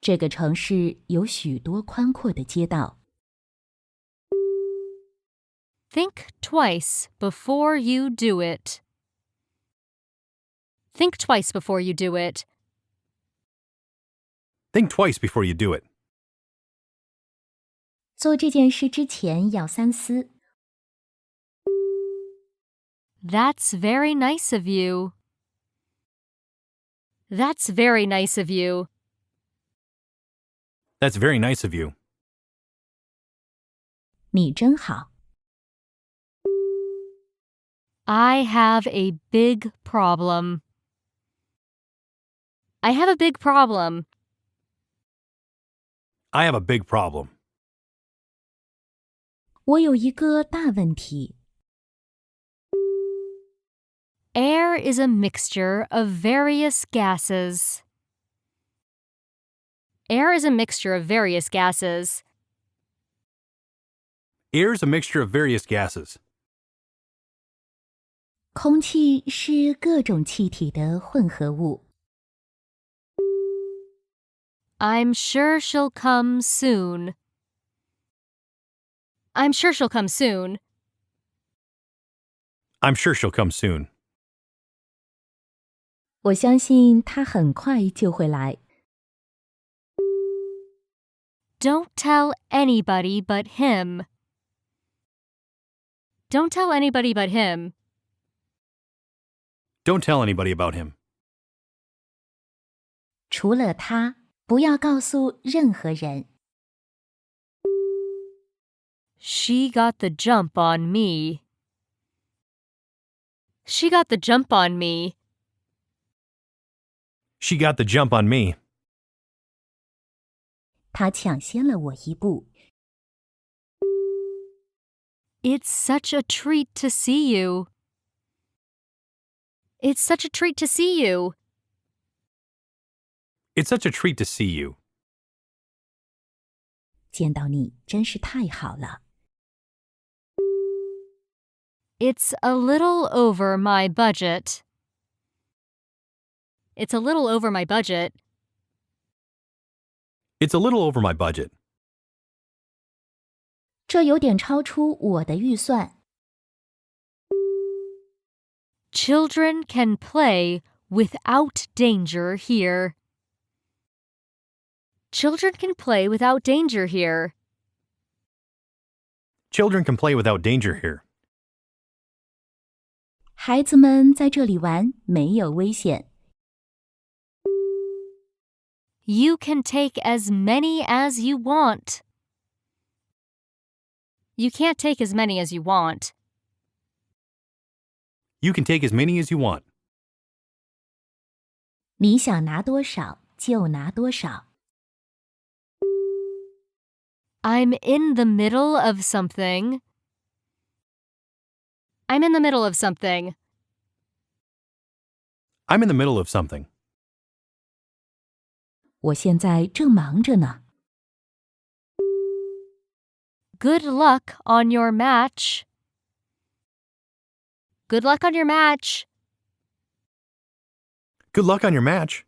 Speaker 3: 这个城市有许多宽阔的街道。
Speaker 1: Think twice before you do it. Think twice before you do it.
Speaker 2: Think twice before you do it.
Speaker 3: 做这件事之前要三思。
Speaker 1: That's very nice of you. That's very nice of you.
Speaker 2: That's very nice of you.
Speaker 3: 你真好，
Speaker 1: I have a big problem. I have a big problem.
Speaker 2: I have a big problem.
Speaker 3: 我有一个大问题。
Speaker 1: Air is a mixture of various gases. Air is a mixture of various gases.
Speaker 2: Air is a mixture of various gases.
Speaker 3: 空气是各种气体的混合物。
Speaker 1: I'm sure she'll come soon. I'm sure she'll come soon.
Speaker 2: I'm sure she'll come soon.
Speaker 3: 我相信它很快就会来。
Speaker 1: Don't tell anybody but him. Don't tell anybody but him.
Speaker 2: Don't tell anybody about him.
Speaker 3: 除了他，不要告诉任何人。
Speaker 1: She got the jump on me. She got the jump on me.
Speaker 2: She got the jump on me.
Speaker 3: 他抢先了我一步。
Speaker 1: It's such a treat to see you. It's such a treat to see you.
Speaker 2: It's such a treat to see you.
Speaker 3: 见到你真是太好了。
Speaker 1: It's a little over my budget. It's a little over my budget.
Speaker 2: It's a little over my budget.
Speaker 3: 这有点超出我的预算。
Speaker 1: Children can play without danger here. Children can play without danger here.
Speaker 2: Children can play without danger here.
Speaker 3: 孩子们在这里玩没有危险。
Speaker 1: You can take as many as you want. You can't take as many as you want.
Speaker 2: You can take as many as you want.
Speaker 3: 你想拿多少就拿多少。
Speaker 1: I'm in the middle of something. I'm in the middle of something.
Speaker 2: I'm in the middle of something.
Speaker 3: 我现在正忙着呢。
Speaker 1: Good luck on your match. Good luck on your match.
Speaker 2: Good luck on your match.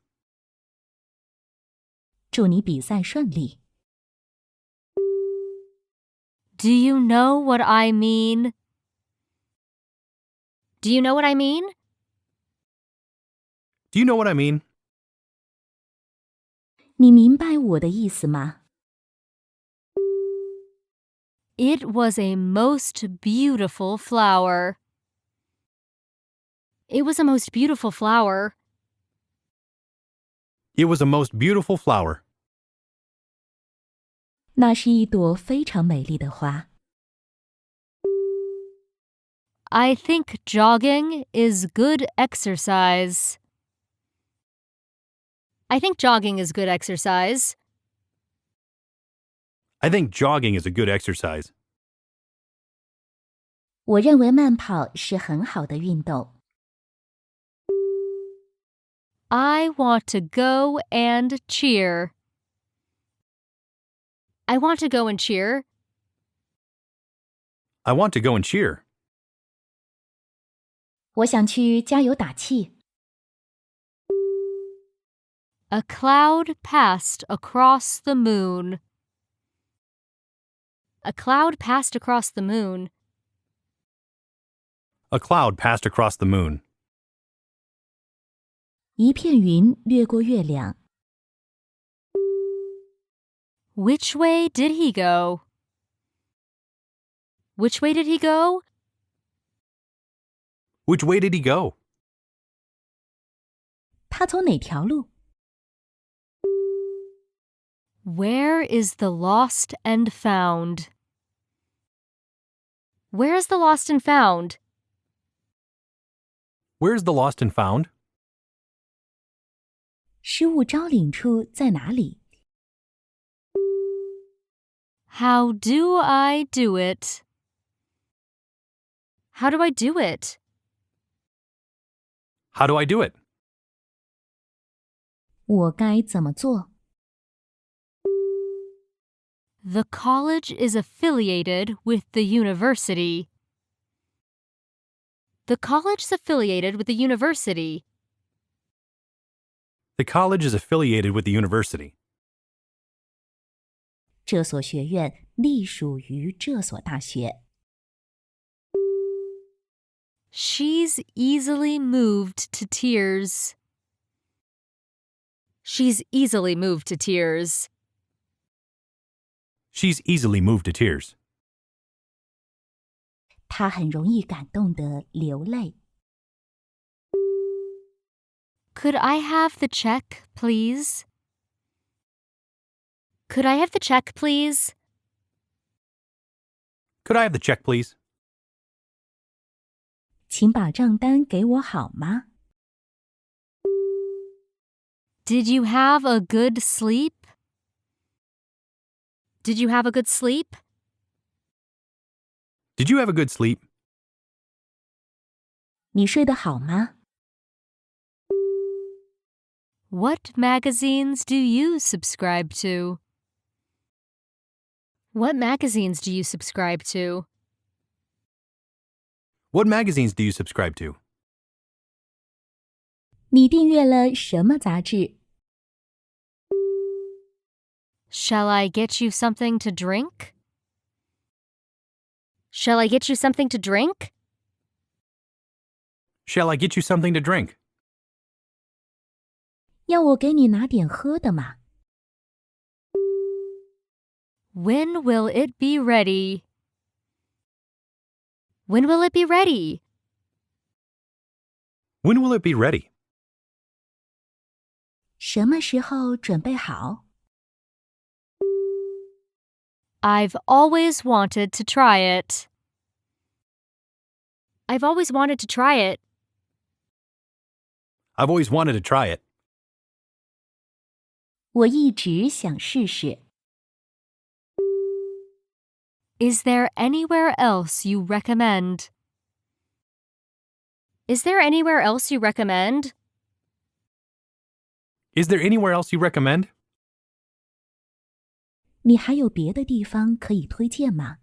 Speaker 3: 祝你比赛顺利。
Speaker 1: Do you know what I mean? Do you know what I mean?
Speaker 2: Do you know what I mean?
Speaker 3: 你明白我的意思吗？
Speaker 1: It was a most beautiful flower. It was a most beautiful flower.
Speaker 2: It was a most beautiful flower.
Speaker 3: 那是一朵非常美丽的花。
Speaker 1: I think jogging is good exercise. I think jogging is good exercise.
Speaker 2: I think jogging is a good exercise.
Speaker 3: 我认为慢跑是很好的运动。
Speaker 1: I want to go and cheer. I want to go and cheer.
Speaker 2: I want to go and cheer.
Speaker 3: 我想去加油打气。
Speaker 1: A cloud passed across the moon. A cloud passed across the moon.
Speaker 2: A cloud passed across the moon.
Speaker 3: 一片云掠过月亮，
Speaker 1: Which way did he go? Which way did he go?
Speaker 2: Which way did he go?
Speaker 3: 它从哪条路？
Speaker 1: Where is the lost and found? Where is the lost and found?
Speaker 2: Where's the lost and found?
Speaker 3: 失物招领处在哪里？
Speaker 1: How do I do it? How do I do it?
Speaker 2: How do I do it?
Speaker 3: 我该怎么做？
Speaker 1: The college is affiliated with the university. The college is affiliated with the university.
Speaker 2: The college is affiliated with the university.
Speaker 3: 这所学院隶属于这所大学。
Speaker 1: She's easily moved to tears. She's easily moved to tears.
Speaker 2: She's easily moved to tears.
Speaker 3: 他很容易感动得流泪。
Speaker 1: Could I have the check, please? Could I have the check, please?
Speaker 2: Could I have the check, please?
Speaker 3: 请把账单给我好吗？
Speaker 1: Did you have a good sleep? Did you have a good sleep?
Speaker 2: Did you have a good sleep?
Speaker 3: 你睡得好吗？
Speaker 1: What magazines do you subscribe to? What magazines do you subscribe to?
Speaker 2: What magazines do you subscribe to?
Speaker 3: 你订阅了什么杂志？
Speaker 1: Shall I get you something to drink? Shall I get you something to drink?
Speaker 2: Shall I get you something to drink?
Speaker 3: 要我给你拿点喝的吗？
Speaker 1: When will it be ready? When will it be ready?
Speaker 2: When will it be ready?
Speaker 3: 什么时候准备好？
Speaker 1: I've always wanted to try it. I've always wanted to try it.
Speaker 2: I've always wanted to try it.
Speaker 3: 我一直想试试。
Speaker 1: Is there anywhere else you recommend? Is there anywhere else you recommend?
Speaker 2: Is there anywhere else you recommend?
Speaker 3: 你还有别的地方可以推荐吗？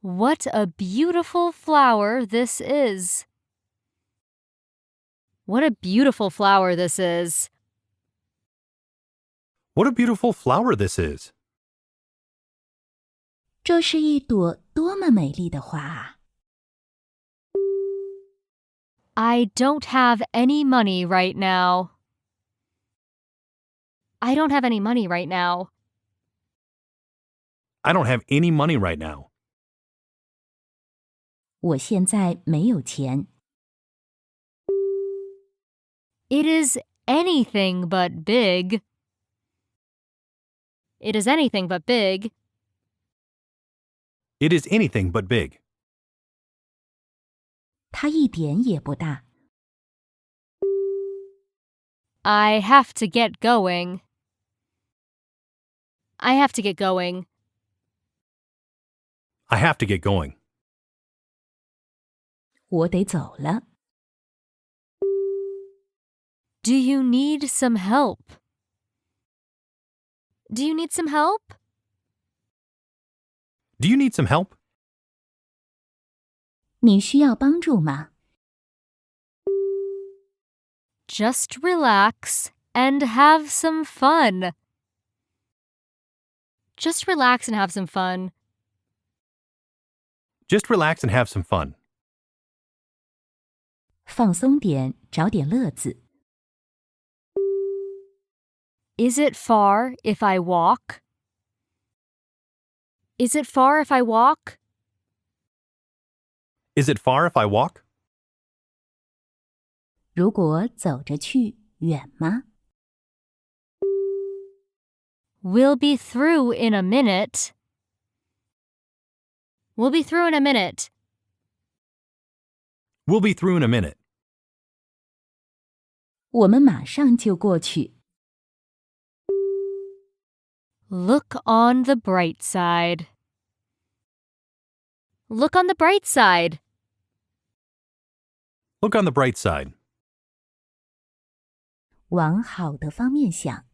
Speaker 1: What a beautiful flower this is! What a beautiful flower this is!
Speaker 2: What a beautiful flower this is.
Speaker 3: 这是一朵多么美丽的花啊！
Speaker 1: I don't have any money right now. I don't have any money right now.
Speaker 2: I don't have any money right now.
Speaker 3: 我现在没有钱，
Speaker 1: It is anything but big. It is anything but big.
Speaker 2: It is anything but big.
Speaker 3: 它一点也不大。
Speaker 1: I have to get going. I have to get going.
Speaker 2: I have to get going.
Speaker 3: 我得走了，
Speaker 1: Do you need some help? Do you need some help?
Speaker 2: Do you need some help?
Speaker 3: 你需要帮助吗？
Speaker 1: Just relax and have some fun. Just relax and have some fun.
Speaker 2: Just relax and have some fun.
Speaker 3: 放松点，找点乐子。
Speaker 1: Is it far if I walk? Is it far if I walk?
Speaker 2: Is it far if I walk?
Speaker 3: 如果走着去，远吗？
Speaker 1: We'll be through in a minute. We'll be through in a minute.
Speaker 2: We'll be through in a minute.
Speaker 3: 我们马上就过去。
Speaker 1: Look on the bright side. Look on the bright side.
Speaker 2: Look on the bright side.
Speaker 3: 往好的方面想，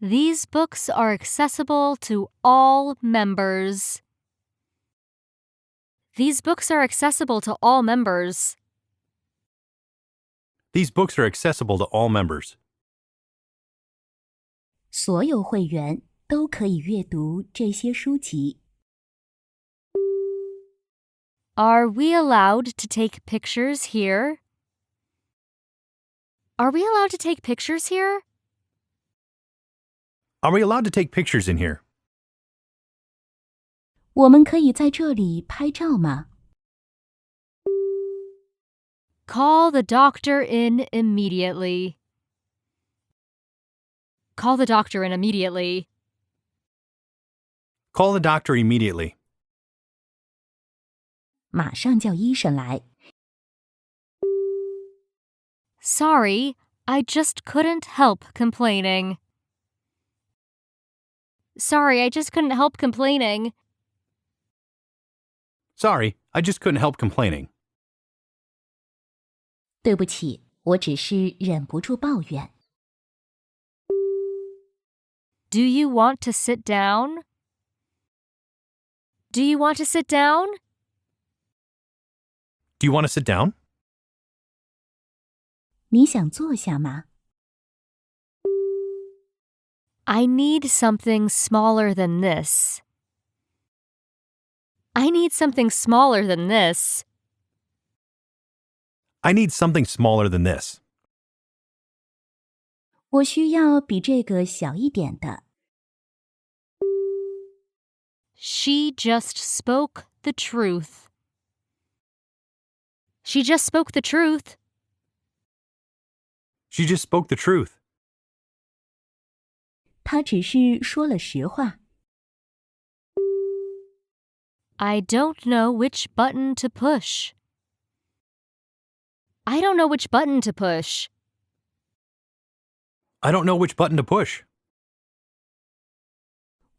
Speaker 1: These books are accessible to all members. These books are accessible to all members.
Speaker 2: These books are accessible to all members.
Speaker 3: 所有会员都可以阅读这些书籍。
Speaker 1: Are we allowed to take pictures here? Are we allowed to take pictures here?
Speaker 2: Are we allowed to take pictures in here?
Speaker 3: 我们可以在这里拍照吗？
Speaker 1: Call the doctor in immediately. Call the doctor in immediately.
Speaker 2: Call the doctor immediately.
Speaker 3: 马上叫医生来。
Speaker 1: Sorry, I just couldn't help complaining. Sorry, I just couldn't help complaining.
Speaker 2: Sorry, I just couldn't help complaining.
Speaker 3: 对不起，我只是忍不住抱怨。
Speaker 1: Do you want to sit down? Do you want to sit down?
Speaker 2: Do you want to sit down?
Speaker 3: 你想坐下吗？
Speaker 1: I need something smaller than this. I need something smaller than this.
Speaker 2: I need something smaller than this.
Speaker 3: 我需要比这个小一点的。
Speaker 1: She just spoke the truth. She just spoke the truth.
Speaker 2: She just spoke the truth.
Speaker 3: 他只是说了实话。
Speaker 1: I don't know which button to push. I don't know which button to push.
Speaker 2: I don't know which button to push.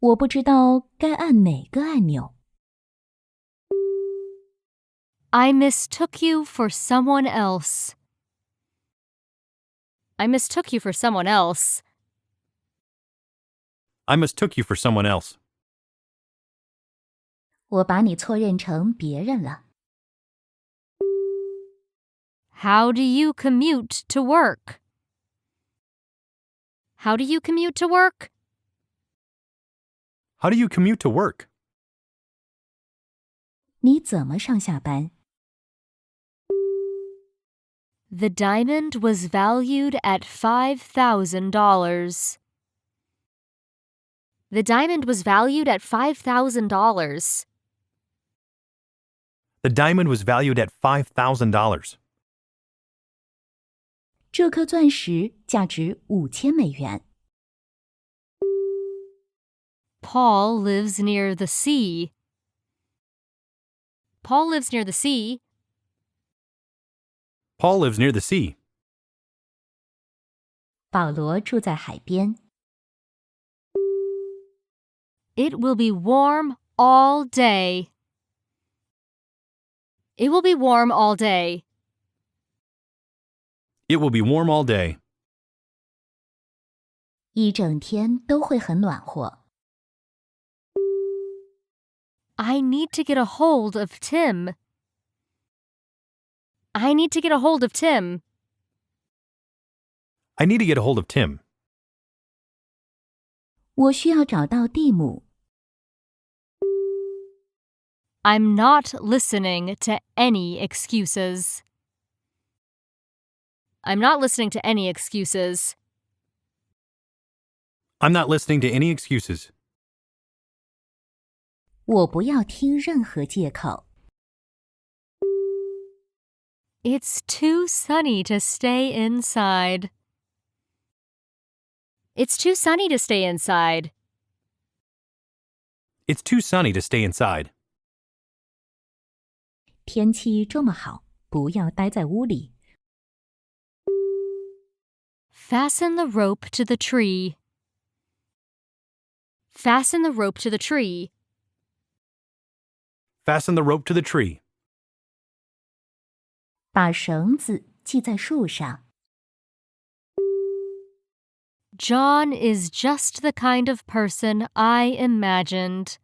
Speaker 3: 我不知道该按哪个按钮。
Speaker 1: I mistook you for someone else. I mistook you for someone else.
Speaker 2: I mistook you for someone else.
Speaker 3: 我把你错认成别人了。
Speaker 1: How do you commute to work? How do you commute to work?
Speaker 2: How do you commute to work?
Speaker 3: 你怎么上下班？
Speaker 1: The diamond was valued at $5,000. The diamond was valued at $5,000.
Speaker 2: The diamond was valued at $5,000.
Speaker 3: 这颗钻石价值五千美元。
Speaker 1: Paul lives near the sea. Paul lives near the sea.
Speaker 2: Paul lives near the sea.
Speaker 3: 保罗住在海边，
Speaker 1: It will be warm all day. It will be warm all day.
Speaker 2: It will be warm all day.
Speaker 3: 一整天都会很暖和。
Speaker 1: I need to get a hold of Tim. I need to get a hold of Tim.
Speaker 2: I need to get a hold of Tim.
Speaker 3: 我需要找到蒂姆。
Speaker 1: I'm not listening to any excuses. I'm not listening to any excuses.
Speaker 2: I'm not listening to any excuses.
Speaker 3: 我不要听任何借口。
Speaker 1: It's too sunny to stay inside. It's too sunny to stay inside.
Speaker 2: It's too sunny to stay inside.
Speaker 3: 天气这么好，不要待在屋里。
Speaker 1: Fasten the rope to the tree. Fasten the rope to the tree.
Speaker 2: Fasten the rope to the tree.
Speaker 3: 把绳子系在树上。
Speaker 1: John is just the kind of person I imagined.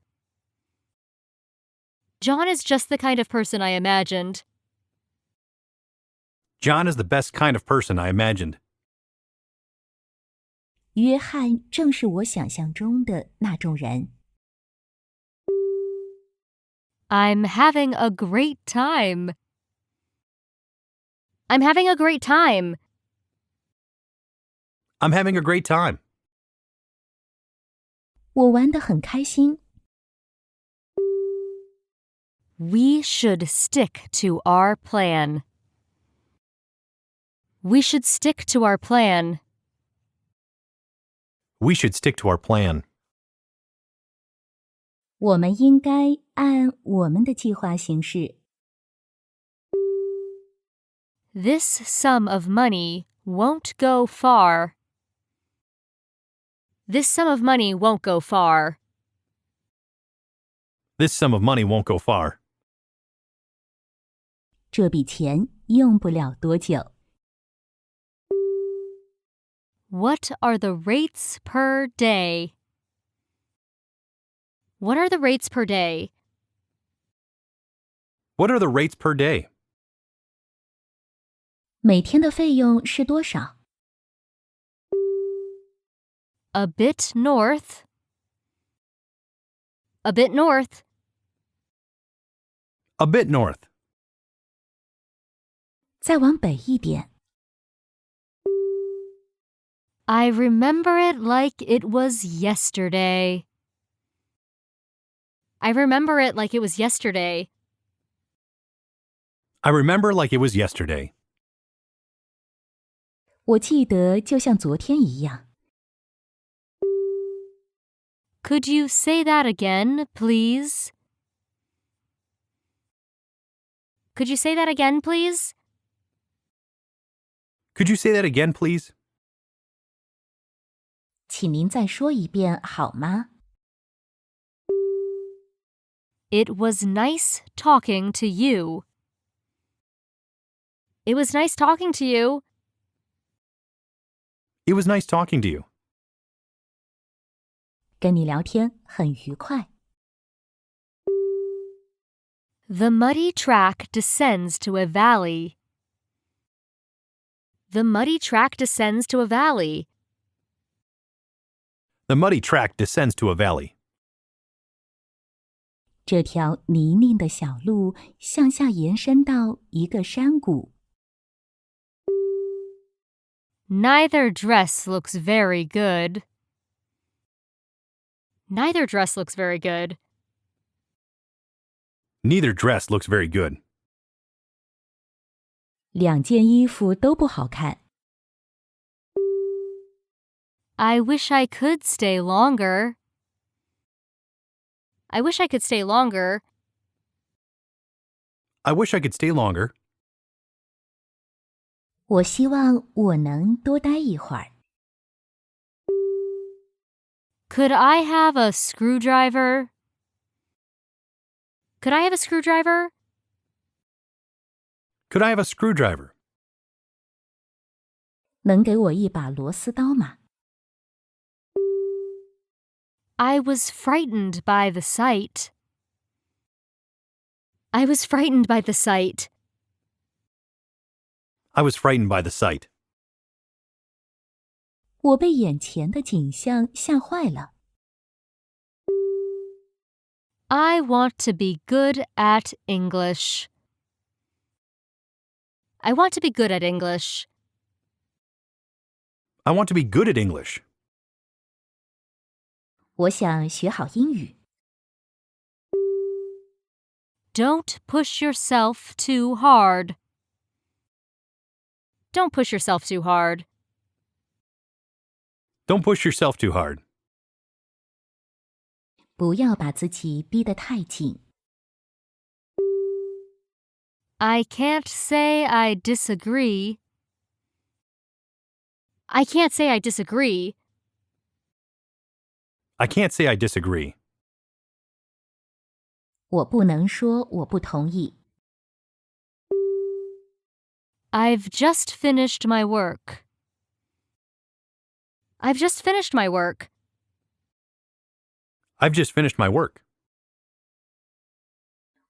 Speaker 1: John is just the kind of person I imagined.
Speaker 2: John is the best kind of person I imagined.
Speaker 3: 约翰正是我想象中的那种人。
Speaker 1: I'm having a great time. I'm having a great time.
Speaker 2: I'm having a great time.
Speaker 3: 我玩得很开心。
Speaker 1: We should stick to our plan. We should stick to our plan.
Speaker 2: We should stick to our plan.
Speaker 3: 我们应该按我们的计划行事。
Speaker 1: This sum of money won't go far. This sum of money won't go far.
Speaker 2: This sum of money won't go far.
Speaker 3: 这笔钱用不了多久。
Speaker 1: What are the rates per day? What are the rates per day?
Speaker 2: What are the rates per day?
Speaker 3: 每天的费用是多少？
Speaker 1: A bit north. A bit north.
Speaker 2: A bit north.
Speaker 3: 再往北一点。
Speaker 1: I remember it like it was yesterday. I remember it like it was yesterday.
Speaker 2: I remember like it was yesterday.
Speaker 3: 我记得就像昨天一样。
Speaker 1: Could you say that again, please? Could you say that again, please?
Speaker 2: Could you say that again, please?
Speaker 3: 请您再说一遍好吗？
Speaker 1: It was nice talking to you. It was nice talking to you.
Speaker 2: It was nice talking to you.
Speaker 3: 跟你聊天很愉快。
Speaker 1: The muddy track descends to a valley. The muddy track descends to a valley.
Speaker 2: The muddy track descends to a valley.
Speaker 3: 这条泥泞的小路向下延伸到一个山谷。
Speaker 1: Neither dress looks very good. Neither dress looks very good.
Speaker 2: Neither dress looks very good.
Speaker 3: 两件衣服都不好看。
Speaker 1: I wish I could stay longer. I wish I could stay longer.
Speaker 2: I wish I could stay longer.
Speaker 3: 我希望我能多待一会儿。
Speaker 1: Could I have a screwdriver? Could I have a screwdriver?
Speaker 2: Could I have a screwdriver?
Speaker 3: 能给我一把螺丝刀吗？
Speaker 1: I was frightened by the sight. I was frightened by the sight.
Speaker 2: I was frightened by the sight.
Speaker 3: 我被眼前的景象吓坏了。
Speaker 1: I want to be good at English. I want to be good at English.
Speaker 2: I want to be good at English.
Speaker 3: 我想学好英语。
Speaker 1: Don't push yourself too hard. Don't push yourself too hard.
Speaker 2: Don't push yourself too hard.
Speaker 3: 不要把自己逼得太紧。
Speaker 1: I can't say I disagree. I can't say I disagree.
Speaker 2: I can't say I disagree.
Speaker 3: 我不能说我不同意。
Speaker 1: I've just finished my work. I've just finished my work.
Speaker 2: I've just finished my work.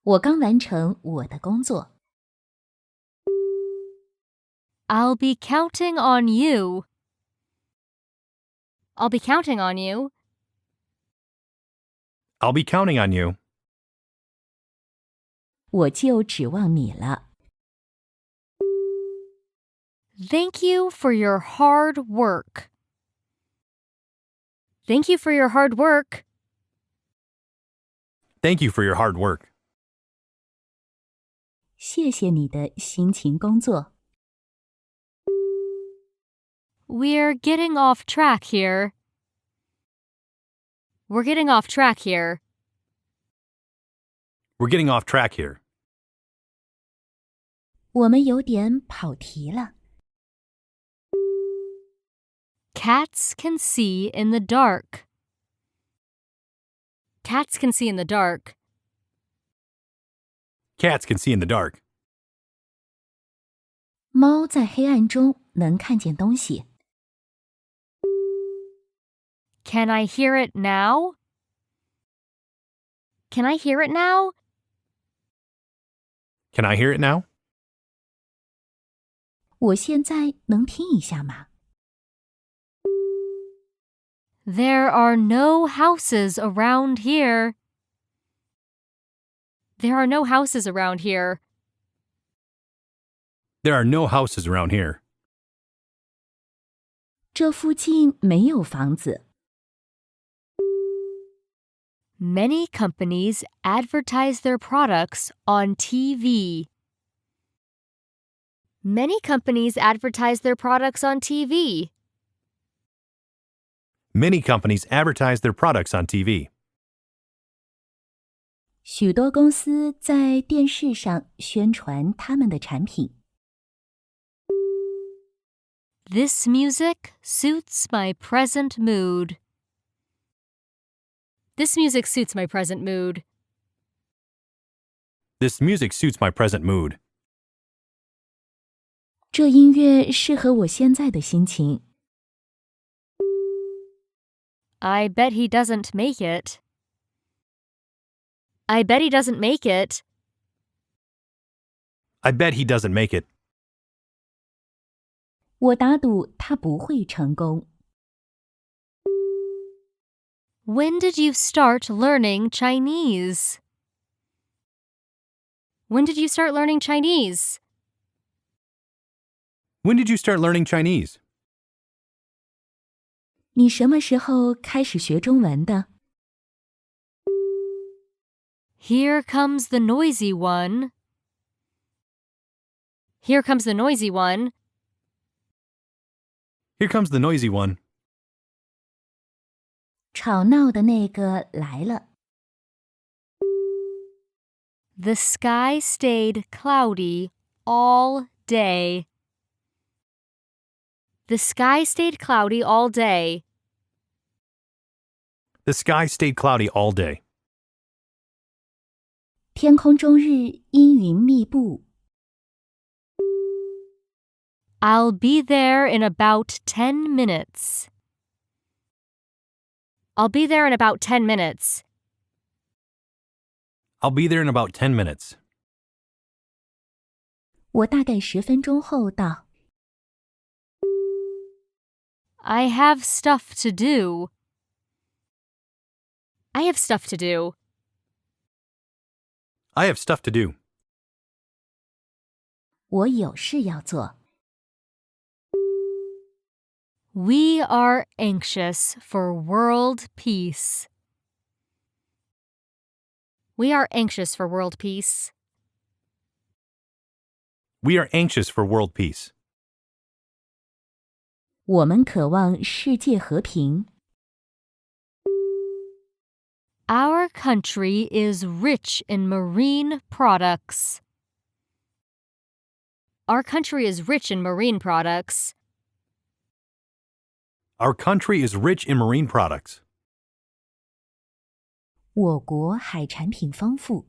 Speaker 3: 我刚完成我的工作。
Speaker 1: I'll be counting on you. I'll be counting on you.
Speaker 2: I'll be counting on you.
Speaker 3: 我就指望你了。
Speaker 1: Thank you for your hard work. Thank you for your hard work.
Speaker 2: Thank you for your hard work.
Speaker 3: 谢谢你的辛勤工作。
Speaker 1: We're getting off track here. We're getting off track here.
Speaker 2: We're getting off track here.
Speaker 3: 我们有点跑题了。
Speaker 1: Cats can see in the dark. Cats can see in the dark.
Speaker 2: Cats can see in the dark.
Speaker 3: 猫在黑暗中能看见东西。
Speaker 1: Can I hear it now? Can I hear it now?
Speaker 2: Can I hear it now?
Speaker 3: 我现在能听一下吗？
Speaker 1: There are no houses around here. There are no houses around here.
Speaker 2: There are no houses around here.
Speaker 3: 这附近没有房子。
Speaker 1: Many companies advertise their products on TV. Many companies advertise their products on TV.
Speaker 2: Many companies advertise their products on TV.
Speaker 3: 许多公司在电视上宣传他们的产品。
Speaker 1: This music suits my present mood. This music suits my present mood.
Speaker 2: This music suits my present mood.
Speaker 3: 这音乐适合我现在的心情。
Speaker 1: I bet he doesn't make it. I bet he doesn't make it.
Speaker 2: I bet he doesn't make it.
Speaker 3: 我打赌他不会成功。
Speaker 1: When did you start learning Chinese? When did you start learning Chinese?
Speaker 2: When did you start learning Chinese?
Speaker 3: 你什么时候开始学中文的？
Speaker 1: Here comes the noisy one. Here comes the noisy one.
Speaker 2: Here comes the noisy one.
Speaker 3: 吵闹的那个来了。
Speaker 1: The sky stayed cloudy all day. The sky stayed cloudy all day.
Speaker 2: The sky stayed cloudy all day.
Speaker 3: 天空中日阴云密布。
Speaker 1: I'll be there in about 10 minutes. I'll be there in about 10 minutes.
Speaker 2: I'll be there in about 10 minutes.
Speaker 3: 我大概十分钟后到。
Speaker 1: I have stuff to do. I have stuff to do.
Speaker 2: I have stuff to do.
Speaker 3: 我有事要做。
Speaker 1: We are anxious for world peace. We are anxious for world peace.
Speaker 2: We are anxious for world peace.
Speaker 3: 我们渴望世界和平。
Speaker 1: Our country is rich in marine products. Our country is rich in marine products.
Speaker 2: Our country is rich in marine products.
Speaker 3: 我国海产品丰富，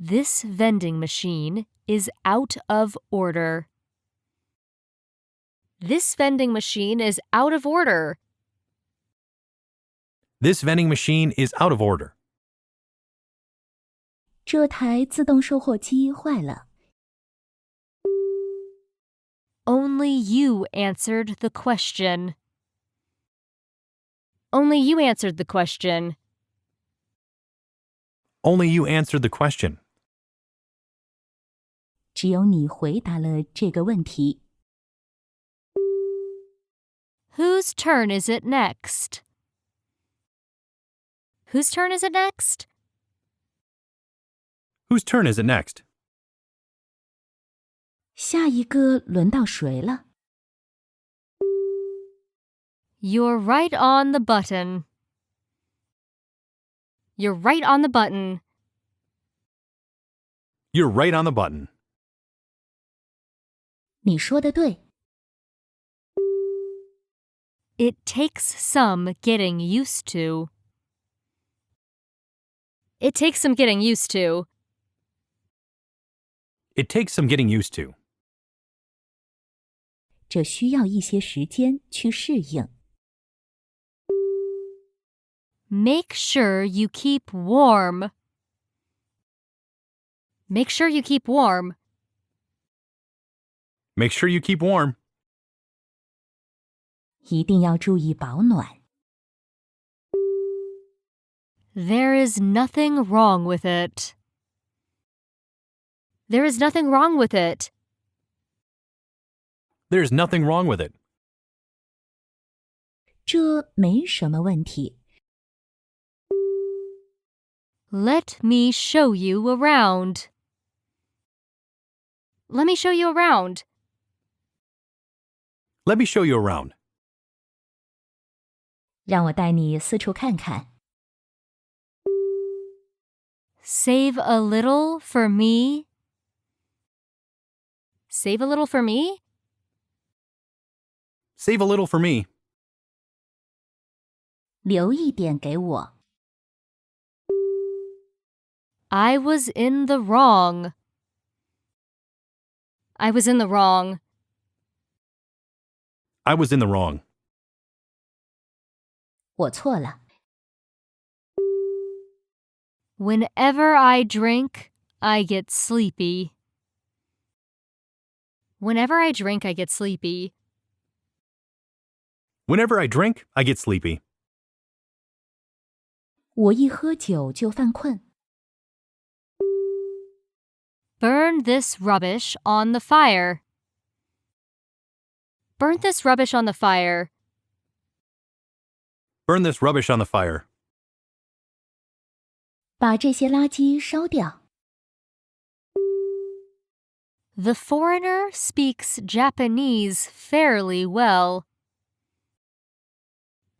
Speaker 1: This vending machine is out of order. This vending machine is out of order.
Speaker 2: This vending machine is out of order.
Speaker 3: 这台自动售货机坏了。
Speaker 1: Only you answered the question. Only you answered the question.
Speaker 2: Only you answered the question.
Speaker 3: 只有你回答了这个问题。
Speaker 1: Whose turn is it next? Whose turn is it next?
Speaker 2: Whose turn is it next?
Speaker 3: 下一个轮到谁了？
Speaker 1: You're right on the button. You're right on the button.
Speaker 2: You're right on the button.
Speaker 3: 你说的对，
Speaker 1: It takes some getting used to. It takes some getting used to.
Speaker 2: It takes some getting used to.
Speaker 3: 这需要一些时间去适应。
Speaker 1: Make sure you keep warm. Make sure you keep warm.
Speaker 2: Make sure you keep warm.
Speaker 3: 一定要注意保暖。
Speaker 1: There is nothing wrong with it. There is nothing wrong with it.
Speaker 2: There's nothing wrong with it.
Speaker 3: 这没什么问题。
Speaker 1: Let me show you around. Let me show you around.
Speaker 2: Let me show you around.
Speaker 3: 让我带你四处看看。
Speaker 1: Save a little for me. Save a little for me?
Speaker 2: Save a little for me.
Speaker 3: 留一点给我。
Speaker 1: I was in the wrong. I was in the wrong.
Speaker 2: I was in the wrong.
Speaker 3: 我错了。
Speaker 1: Whenever I drink, I get sleepy. Whenever I drink, I get sleepy.
Speaker 2: Whenever I drink, I get sleepy.
Speaker 3: 我一喝酒就犯困。
Speaker 1: Burn this rubbish on the fire. Burn this rubbish on the fire.
Speaker 2: Burn this rubbish on the fire.
Speaker 3: 把这些垃圾烧掉。
Speaker 1: The foreigner speaks Japanese fairly well.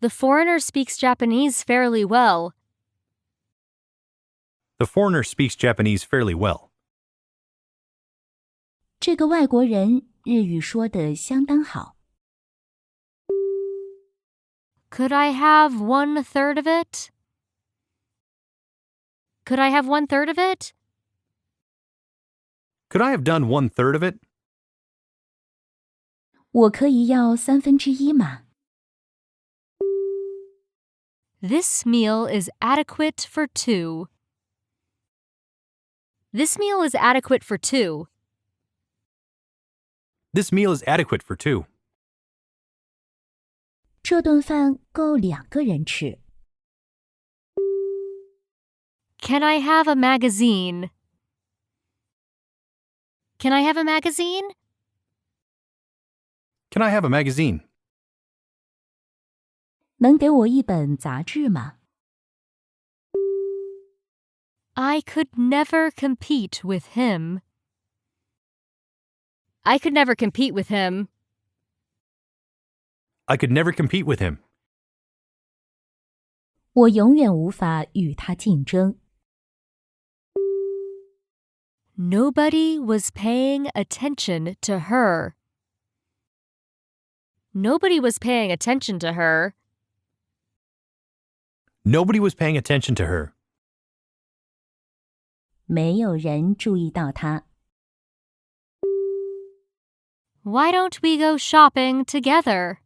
Speaker 1: The foreigner speaks Japanese fairly well.
Speaker 2: The foreigner speaks Japanese fairly well.
Speaker 3: 这个外国人日语说的相当好。
Speaker 1: Could I have one third of it? Could I have one third of it?
Speaker 2: Could I have done one third of it?
Speaker 3: 我可以要三分之一吗？
Speaker 1: This meal is adequate for two. This meal is adequate for two.
Speaker 2: This meal is adequate for two.
Speaker 3: 这顿饭够两个人吃。
Speaker 1: Can I have a magazine? Can I have a magazine?
Speaker 2: Can I have a magazine?
Speaker 3: 能给我一本杂志吗？
Speaker 1: I could never compete with him. I could never compete with him.
Speaker 2: I could never compete with him.
Speaker 3: 我永远无法与他竞争。
Speaker 1: Nobody was paying attention to her. Nobody was paying attention to her.
Speaker 2: Nobody was paying attention to her.
Speaker 3: 没有人注意到他。
Speaker 1: Why don't we go shopping together?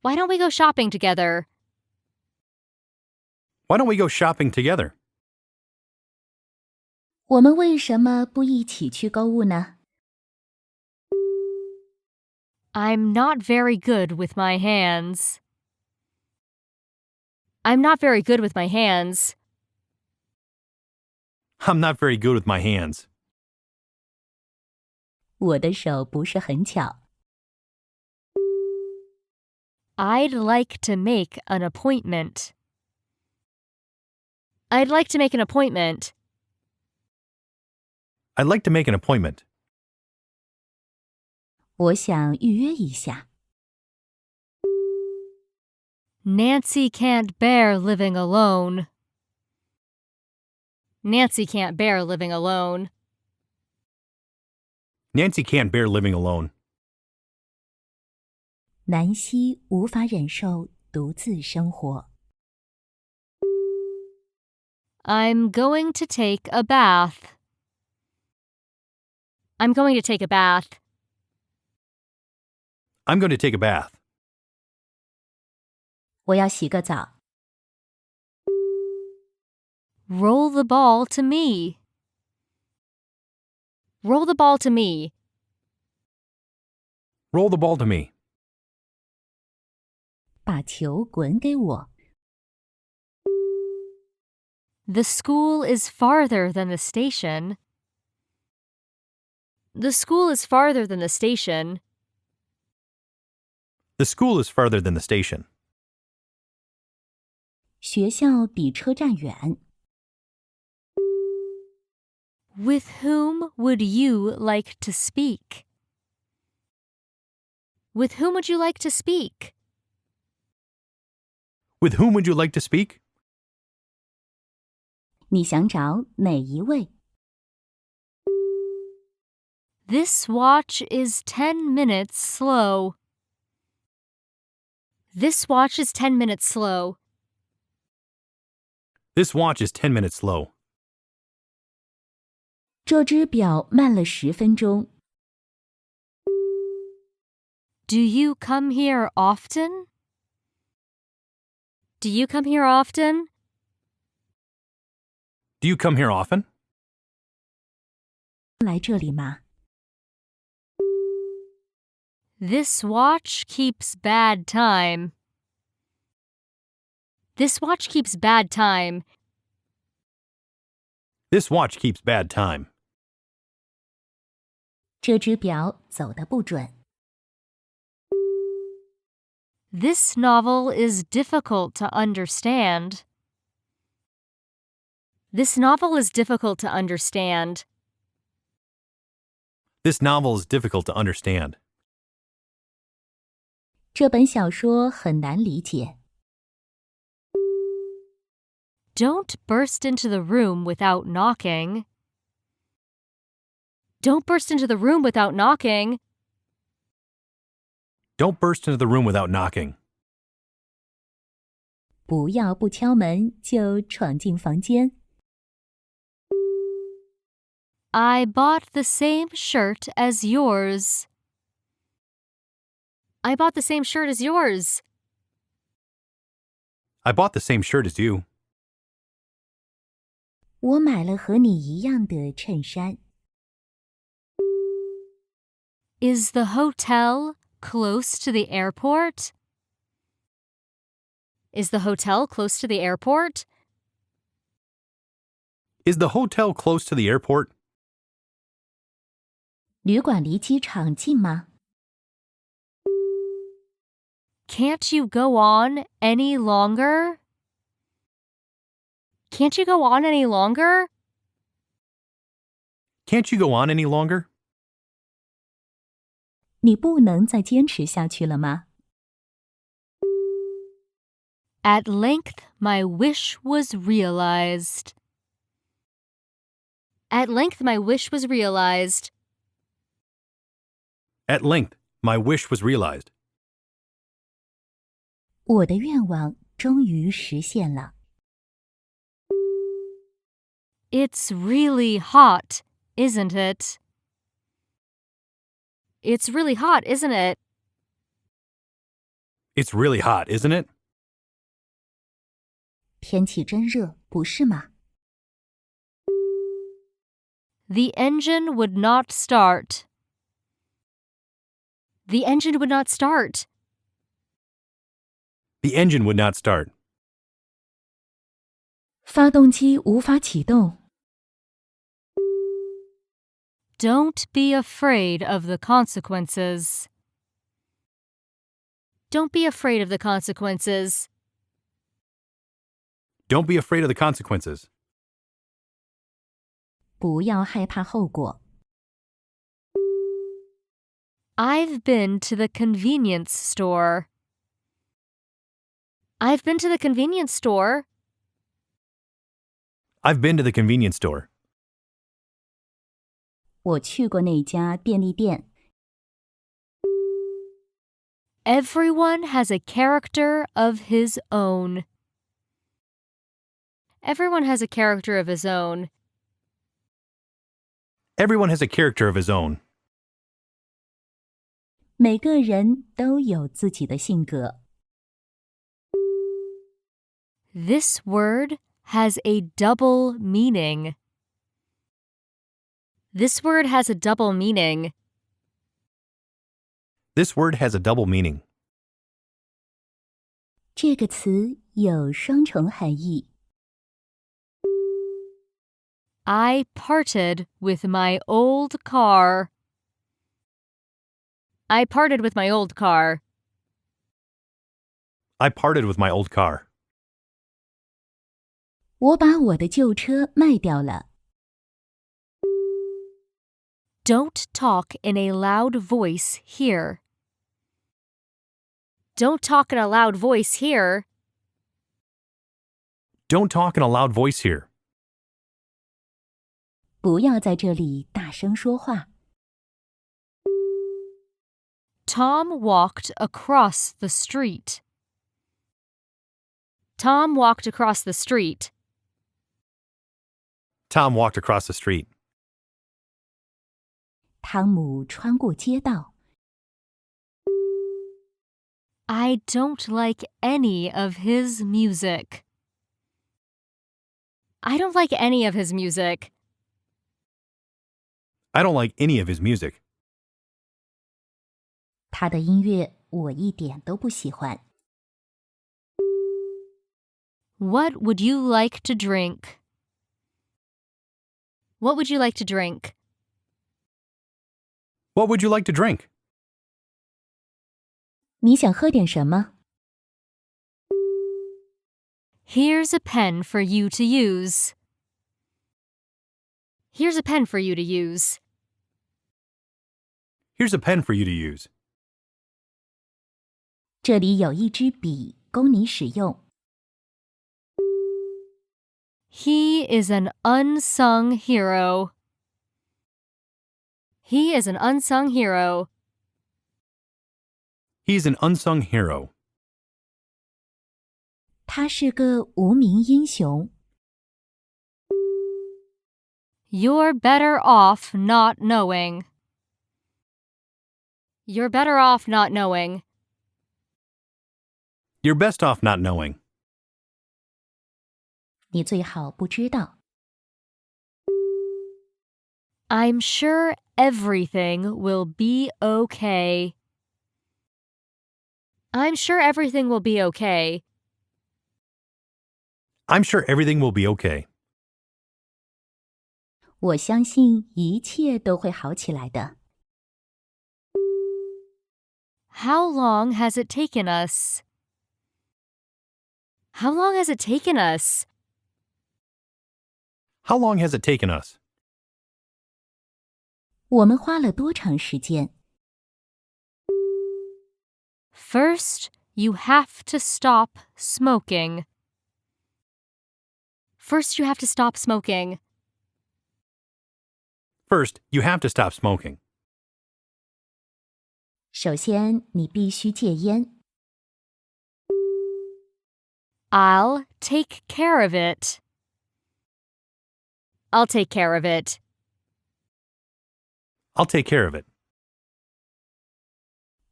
Speaker 1: Why don't we go shopping together?
Speaker 2: Why don't we go shopping together?
Speaker 3: 我们为什么不一起去购物呢？
Speaker 1: I'm not very good with my hands. I'm not very good with my hands.
Speaker 2: I'm not very good with my hands.
Speaker 3: 我的手不是很巧。
Speaker 1: I'd like to make an appointment. I'd like to make an appointment.
Speaker 2: I'd like to make an appointment.
Speaker 3: 我想预约一下。
Speaker 1: Nancy can't bear living alone. Nancy can't bear living alone.
Speaker 2: Nancy can't bear living alone.
Speaker 3: 南希无法忍受独自生活。
Speaker 1: I'm going to take a bath. I'm going to take a bath.
Speaker 2: I'm going to take a bath.
Speaker 3: 我要洗个澡。
Speaker 1: Roll the ball to me. Roll the ball to me.
Speaker 2: Roll the ball to me.
Speaker 3: 把球滚给我。
Speaker 1: The school is farther than the station. The school is farther than the station.
Speaker 2: The school is farther than the station.
Speaker 3: 学校比车站远。
Speaker 1: With whom would you like to speak? With whom would you like to speak?
Speaker 2: With whom would you like to speak?
Speaker 3: 你想找哪一位？
Speaker 1: This watch is 10 minutes slow. This watch is 10 minutes slow.
Speaker 2: This watch is 10 minutes slow.
Speaker 3: 这只表慢了十分钟。
Speaker 1: Do you come here often? Do you come here often?
Speaker 2: Do you come here often?
Speaker 3: 来这里吗？
Speaker 1: This watch keeps bad time. This watch keeps bad time.
Speaker 2: This watch keeps bad time.
Speaker 3: 这只表走得不准。
Speaker 1: This novel is difficult to understand. This novel is difficult to understand.
Speaker 2: This novel is difficult to understand.
Speaker 3: 这本小说很难理解。
Speaker 1: Don't burst into the room without knocking. Don't burst into the room without knocking.
Speaker 2: Don't burst into the room without knocking.
Speaker 3: 不要不敲门就闯进房间。
Speaker 1: I bought the same shirt as yours. I bought the same shirt as yours.
Speaker 2: I bought the same shirt as you.
Speaker 3: 我买了和你一样的衬衫。
Speaker 1: Is the hotel close to the airport? Is the hotel close to the airport?
Speaker 2: Is the hotel close to the airport?
Speaker 3: 旅馆离机场近吗？
Speaker 1: Can't you go on any longer? Can't you go on any longer?
Speaker 2: Can't you go on any longer?
Speaker 3: 你不能再坚持下去了吗？
Speaker 1: At length, my wish was realized. At length, my wish was realized.
Speaker 2: At length, my wish was realized.
Speaker 3: 我的愿望终于实现了。
Speaker 1: It's really hot, isn't it? It's really hot, isn't it?
Speaker 2: It's really hot, isn't it?
Speaker 3: 天气真热，不是吗？
Speaker 1: The engine would not start. The engine would not start.
Speaker 2: The engine would not start.
Speaker 3: 发动机无法启动。
Speaker 1: Don't be afraid of the consequences. Don't be afraid of the consequences.
Speaker 2: Don't be afraid of the consequences.
Speaker 3: 不要害怕后果。
Speaker 1: I've been to the convenience store. I've been to the convenience store.
Speaker 2: I've been to the convenience store.
Speaker 3: 我去过那家便利店，
Speaker 1: Everyone has a character of his own. Everyone has a character of his own.
Speaker 2: Everyone has a character of his own.
Speaker 3: 每个人都有自己的性格。
Speaker 1: This word has a double meaning. This word has a double meaning.
Speaker 2: This word has a double meaning.
Speaker 3: 这个词有双重含义。
Speaker 1: I parted with my old car. I parted with my old car.
Speaker 2: I parted with my old car.
Speaker 3: 我把我的旧车卖掉了。
Speaker 1: Don't talk in a loud voice here. Don't talk in a loud voice here.
Speaker 2: Don't talk in a loud voice here.
Speaker 3: 不要在这里大声说话。
Speaker 1: Tom walked across the street. Tom walked across the street.
Speaker 2: Tom walked across the street.
Speaker 3: 汤姆穿过街道。
Speaker 1: I don't like any of his music. I don't like any of his music.
Speaker 2: I don't like any of his music.
Speaker 3: 他的音乐我一点都不喜欢。
Speaker 1: What would you like to drink? What would you like to drink?
Speaker 2: What would you like to drink?
Speaker 3: 你想喝点什么？
Speaker 1: Here's a pen for you to use. Here's a pen for you to use.
Speaker 2: Here's a pen for you to use.
Speaker 3: 这里有一支笔供你使用。
Speaker 1: He is an unsung hero. He is an unsung hero.
Speaker 2: He's an unsung hero.
Speaker 3: 他是个无名英雄。
Speaker 1: You're better off not knowing. You're better off not knowing.
Speaker 2: You're best off not knowing.
Speaker 3: 你最好不知道。
Speaker 1: I'm sure everything will be okay. I'm sure everything will be okay.
Speaker 2: I'm sure everything will be okay.
Speaker 3: 我相信一切都会好起来的。
Speaker 1: How long has it taken us? How long has it taken us?
Speaker 2: How long has it taken us?
Speaker 3: 我们花了多长时间？
Speaker 1: First, you have to stop smoking. First, you have to stop smoking.
Speaker 2: First, you have to stop smoking.
Speaker 3: 首先，你必须戒烟。
Speaker 1: I'll take care of it. I'll take care of it.
Speaker 2: I'll take care of it.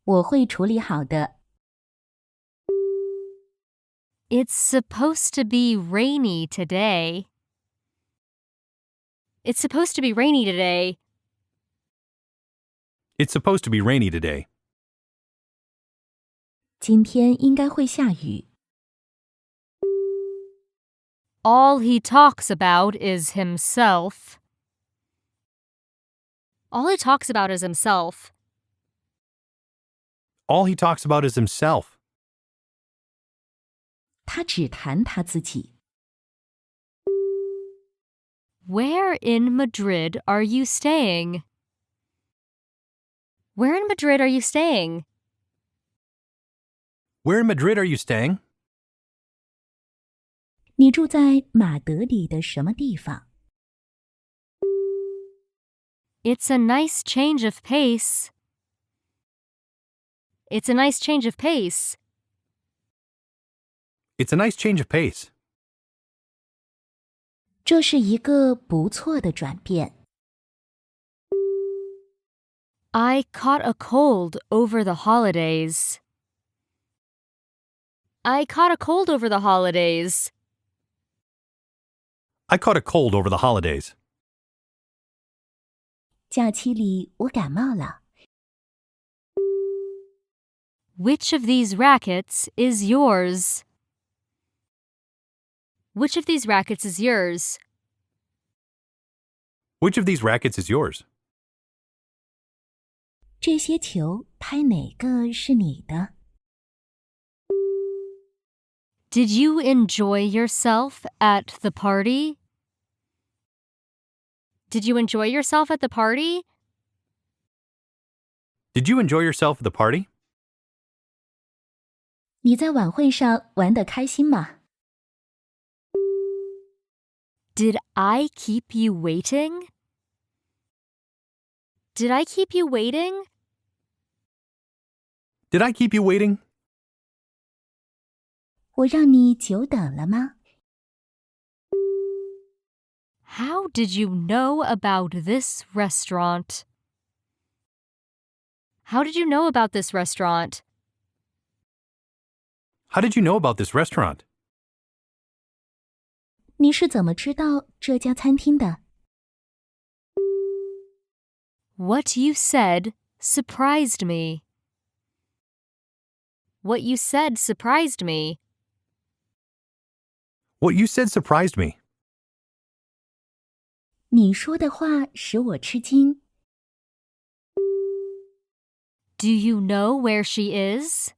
Speaker 3: 我会处理好的。
Speaker 1: It's supposed to be rainy today. It's supposed to be rainy today.
Speaker 2: It's supposed to be rainy today.
Speaker 3: 今天应该会下雨。
Speaker 1: All he talks about is himself. All he talks about is himself.
Speaker 2: All he talks about is himself.
Speaker 3: 他只谈他自己。
Speaker 1: Where in Madrid are you staying? Where in Madrid are you staying?
Speaker 2: Where in Madrid are you staying?
Speaker 3: 你住在马德里的什么地方？
Speaker 1: It's a nice change of pace. It's a nice change of pace.
Speaker 2: It's a nice change of pace.
Speaker 3: 这是一个不错的转变。
Speaker 1: I caught a cold over the holidays. I caught a cold over the holidays.
Speaker 2: I caught a cold over the holidays.
Speaker 3: 假期里我感冒了。
Speaker 1: Which of these rackets is yours? Which of these rackets is yours?
Speaker 2: Which of these rackets is yours?
Speaker 3: 这些球拍哪个是你的？
Speaker 1: Did you enjoy yourself at the party? Did you enjoy yourself at the party?
Speaker 2: Did you enjoy yourself at the party?
Speaker 3: 你在晚会上玩得开心吗？
Speaker 1: Did I keep you waiting? Did I keep you waiting?
Speaker 2: Did I keep you waiting?
Speaker 3: 我让你久等了吗？
Speaker 1: How did you know about this restaurant? How did you know about this restaurant?
Speaker 2: How did you know about this restaurant?
Speaker 3: 你是怎么知道这家餐厅的？
Speaker 1: What you said surprised me. What you said surprised me.
Speaker 2: What you said surprised me.
Speaker 3: 你说的话使我吃惊。
Speaker 1: Do you know where she is?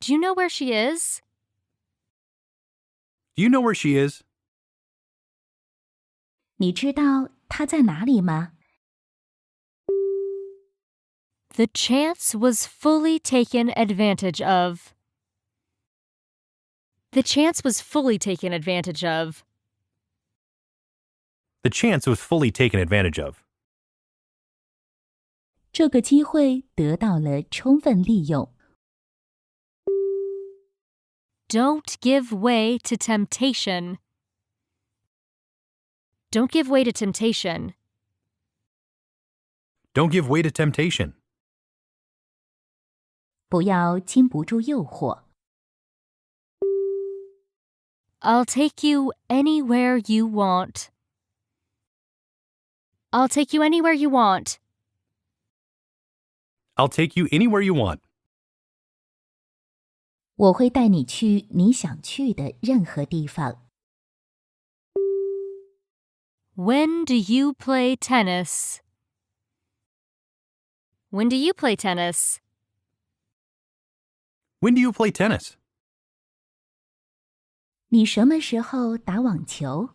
Speaker 1: Do you know where she is?
Speaker 2: Do you know where she is?
Speaker 3: 你知道他在哪里吗？
Speaker 1: The chance was fully taken advantage of. The chance was fully taken advantage of.
Speaker 2: The chance was fully taken advantage of.
Speaker 3: 这个机会得到了充分利用。
Speaker 1: Don't give way to temptation. Don't give way to temptation.
Speaker 2: Don't give way to temptation.
Speaker 3: 不要经不住诱惑。
Speaker 1: I'll take you anywhere you want. I'll take you anywhere you want.
Speaker 2: I'll take you anywhere you want.
Speaker 3: 我会带你去你想去的任何地方。
Speaker 1: When do you play tennis? When do you play tennis?
Speaker 2: When do you play tennis?
Speaker 3: 你什么时候打网球？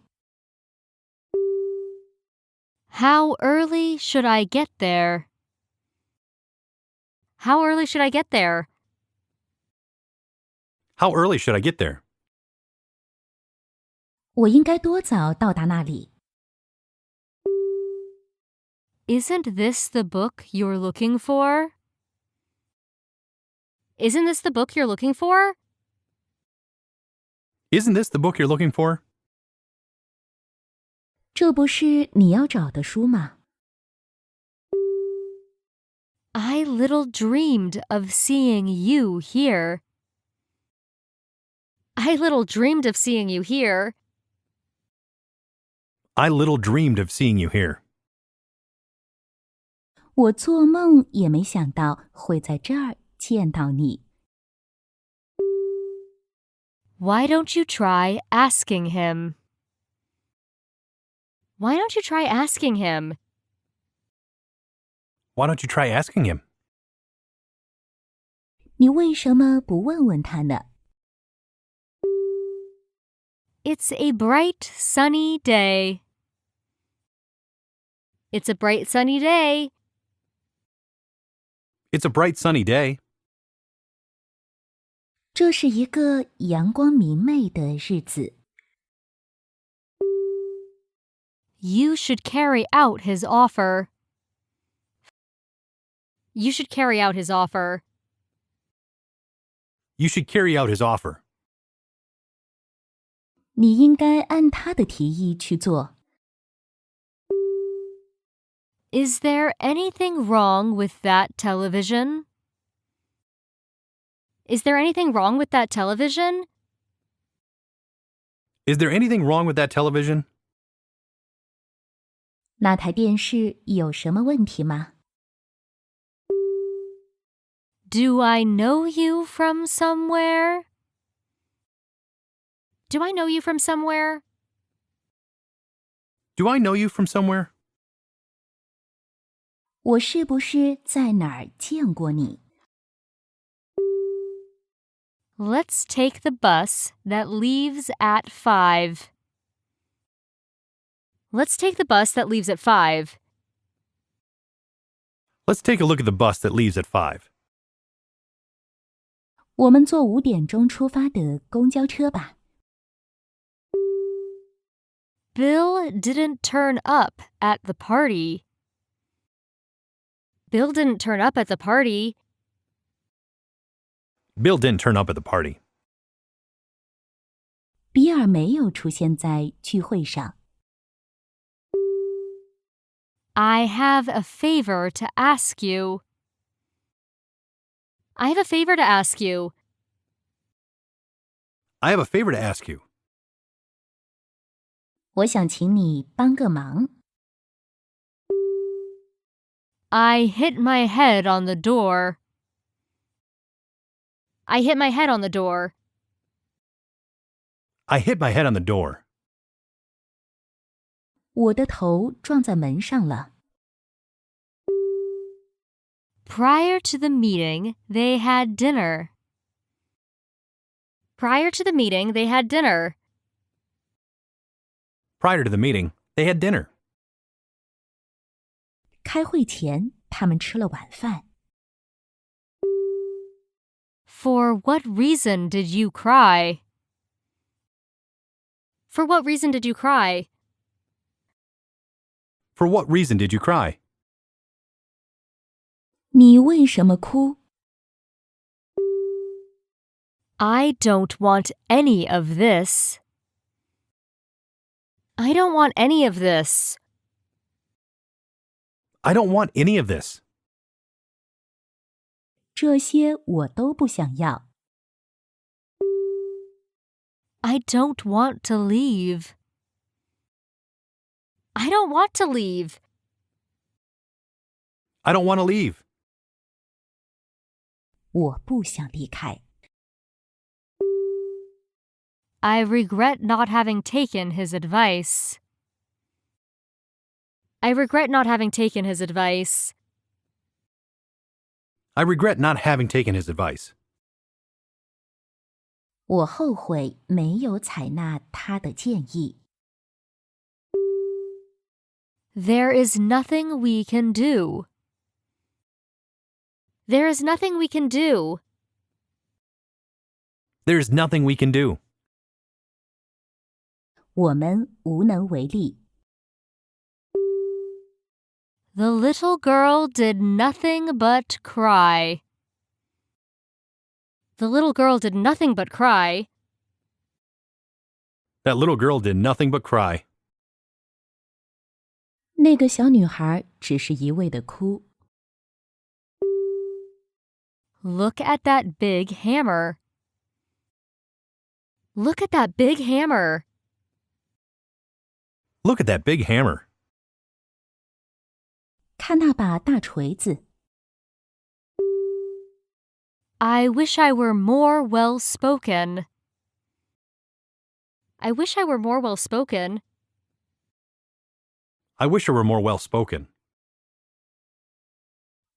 Speaker 1: How early should I get there? How early should I get there?
Speaker 2: How early should I get there?
Speaker 3: 我应该多早到达那里？
Speaker 1: Isn't this the book you're looking for? Isn't this the book you're looking for?
Speaker 2: Isn't this the book you're looking for?
Speaker 3: 这不是你要找的书吗？
Speaker 1: I little dreamed of seeing you here. I little dreamed of seeing you here.
Speaker 2: I little dreamed of seeing you here.
Speaker 3: 我做梦也没想到会在这儿见到你。
Speaker 1: Why don't you try asking him? Why don't you try asking him?
Speaker 2: Why don't you try asking him?
Speaker 3: 你为什么不问问他呢？
Speaker 1: It's a bright, sunny day. It's a bright, sunny day.
Speaker 2: It's a bright sunny day.
Speaker 3: 这是一个阳光明媚的日子，
Speaker 1: You should carry out his offer. You should carry out his offer.
Speaker 2: You should carry out his offer.
Speaker 3: 你应该按他的提议去做。
Speaker 1: Is there anything wrong with that television? Is there anything wrong with that television?
Speaker 2: Is there anything wrong with that television?
Speaker 3: 那台电视有什么问题吗？
Speaker 1: Do I know you from somewhere? Do I know you from somewhere?
Speaker 2: Do I know you from somewhere?
Speaker 3: 我是不是在哪儿见过你？
Speaker 1: Let's take the bus that leaves at 5. Let's take the bus that leaves at 5.
Speaker 2: Let's take a look at the bus that leaves at 5.
Speaker 3: 我们坐五点钟出发的公交车吧。
Speaker 1: Bill didn't turn up at the party. Bill didn't turn up at the party.
Speaker 2: Bill didn't turn up at the party.
Speaker 3: 比尔没有出现在聚会上，
Speaker 1: I have a favor to ask you. I have a favor to ask you.
Speaker 2: I have a favor to ask you.
Speaker 3: 我想请你帮个忙。
Speaker 1: I hit my head on the door. I hit my head on the door.
Speaker 2: I hit my head on the door.
Speaker 3: 我的头撞在门上了。
Speaker 1: Prior to the meeting, they had dinner. Prior to the meeting, they had dinner.
Speaker 2: Prior to the meeting, they had dinner.
Speaker 3: 开会前，他们吃了晚饭。
Speaker 1: For what reason did you cry? For what reason did you cry?
Speaker 2: For what reason did you cry?
Speaker 3: 你为什么哭？
Speaker 1: I don't want any of this. I don't want any of this.
Speaker 2: I don't want any of this.
Speaker 3: 这些我都不想要。
Speaker 1: I don't want to leave. I don't want to leave.
Speaker 2: I don't want to leave.
Speaker 3: 我不想离开。
Speaker 1: I regret not having taken his advice. I regret not having taken his advice.
Speaker 2: I regret not having taken his advice.
Speaker 3: 我后悔没有采纳他的建议。
Speaker 1: There is nothing we can do. There is nothing we can do.
Speaker 2: There's nothing we can do.
Speaker 3: 我们无能为力。
Speaker 1: The little girl did nothing but cry. The little girl did nothing but cry.
Speaker 2: That little girl did nothing but cry.
Speaker 3: 那个小女孩只是一味的哭。
Speaker 1: Look at that big hammer. Look at that big hammer.
Speaker 2: Look at that big hammer.
Speaker 3: 看那把大锤子，
Speaker 1: I wish I were more well spoken. I wish I were more well spoken.
Speaker 2: I wish I were more well spoken.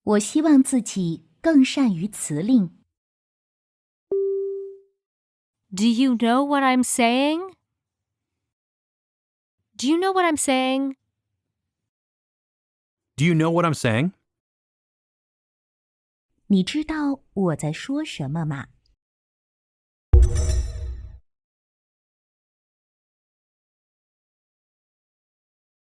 Speaker 3: 我希望自己更善于辞令。
Speaker 1: Do you know what I'm saying? Do you know what I'm saying?
Speaker 2: Do you know what I'm saying?
Speaker 3: 你知道我在说什么吗？